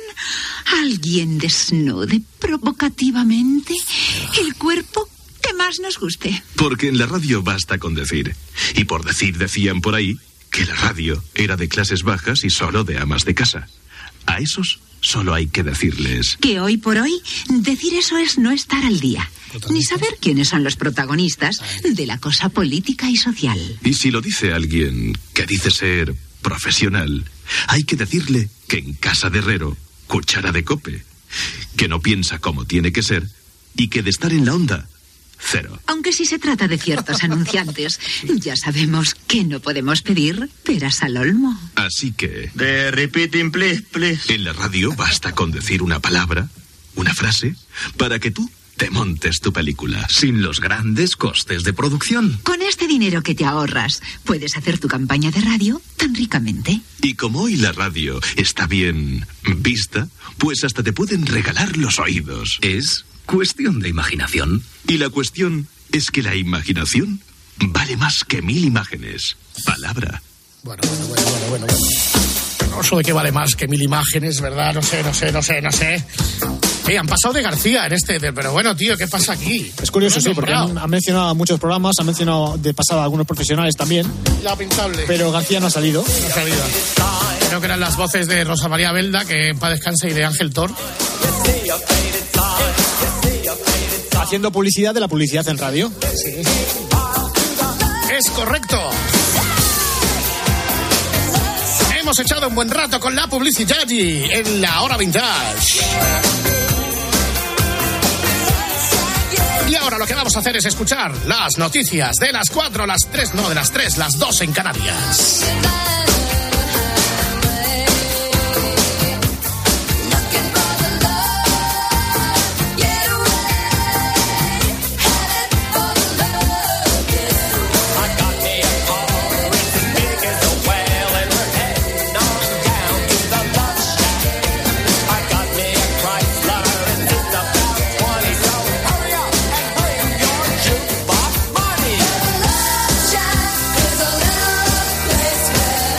Speaker 45: alguien desnude provocativamente el cuerpo que más nos guste.
Speaker 4: Porque en la radio basta con decir. Y por decir decían por ahí que la radio era de clases bajas y solo de amas de casa. A esos solo hay que decirles.
Speaker 45: Que hoy por hoy decir eso es no estar al día, ni saber quiénes son los protagonistas de la cosa política y social.
Speaker 4: Y si lo dice alguien que dice ser profesional, hay que decirle que en casa de herrero, cuchara de cope, que no piensa como tiene que ser y que de estar en la onda, cero.
Speaker 45: Aunque si se trata de ciertos anunciantes, ya sabemos que no podemos pedir peras al olmo.
Speaker 4: Así que...
Speaker 46: De repeating, please, please.
Speaker 4: En la radio basta con decir una palabra, una frase, para que tú te montes tu película.
Speaker 35: Sin los grandes costes de producción.
Speaker 45: Con este dinero que te ahorras, puedes hacer tu campaña de radio tan ricamente.
Speaker 4: Y como hoy la radio está bien vista, pues hasta te pueden regalar los oídos.
Speaker 35: Es cuestión de imaginación.
Speaker 4: Y la cuestión es que la imaginación vale más que mil imágenes. Palabra.
Speaker 9: Bueno, bueno, bueno, bueno, bueno. bueno. Eso de que vale más que mil imágenes, ¿verdad? No sé, no sé, no sé, no sé. Eh, han pasado de García en este, de- pero bueno, tío, ¿qué pasa aquí?
Speaker 7: Es curioso,
Speaker 9: No
Speaker 7: sí,
Speaker 9: han
Speaker 7: porque
Speaker 9: nombrado.
Speaker 7: han, han mencionado a muchos programas, han mencionado de pasada a algunos profesionales también,
Speaker 9: Lamentable.
Speaker 7: pero García no ha salido.
Speaker 9: La salida. Creo que eran las voces de Rosa María Belda, que en paz descanse, y de Ángel Thor.
Speaker 7: Haciendo publicidad de la publicidad en radio.
Speaker 9: Es correcto. Hemos echado un buen rato con la publicidad y en la hora vintage. Y ahora lo que vamos a hacer es escuchar las noticias de las 4, las 3, no, de las 3, las 2 en Canarias.
Speaker 13: Just 'cause I love place where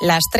Speaker 6: las 3.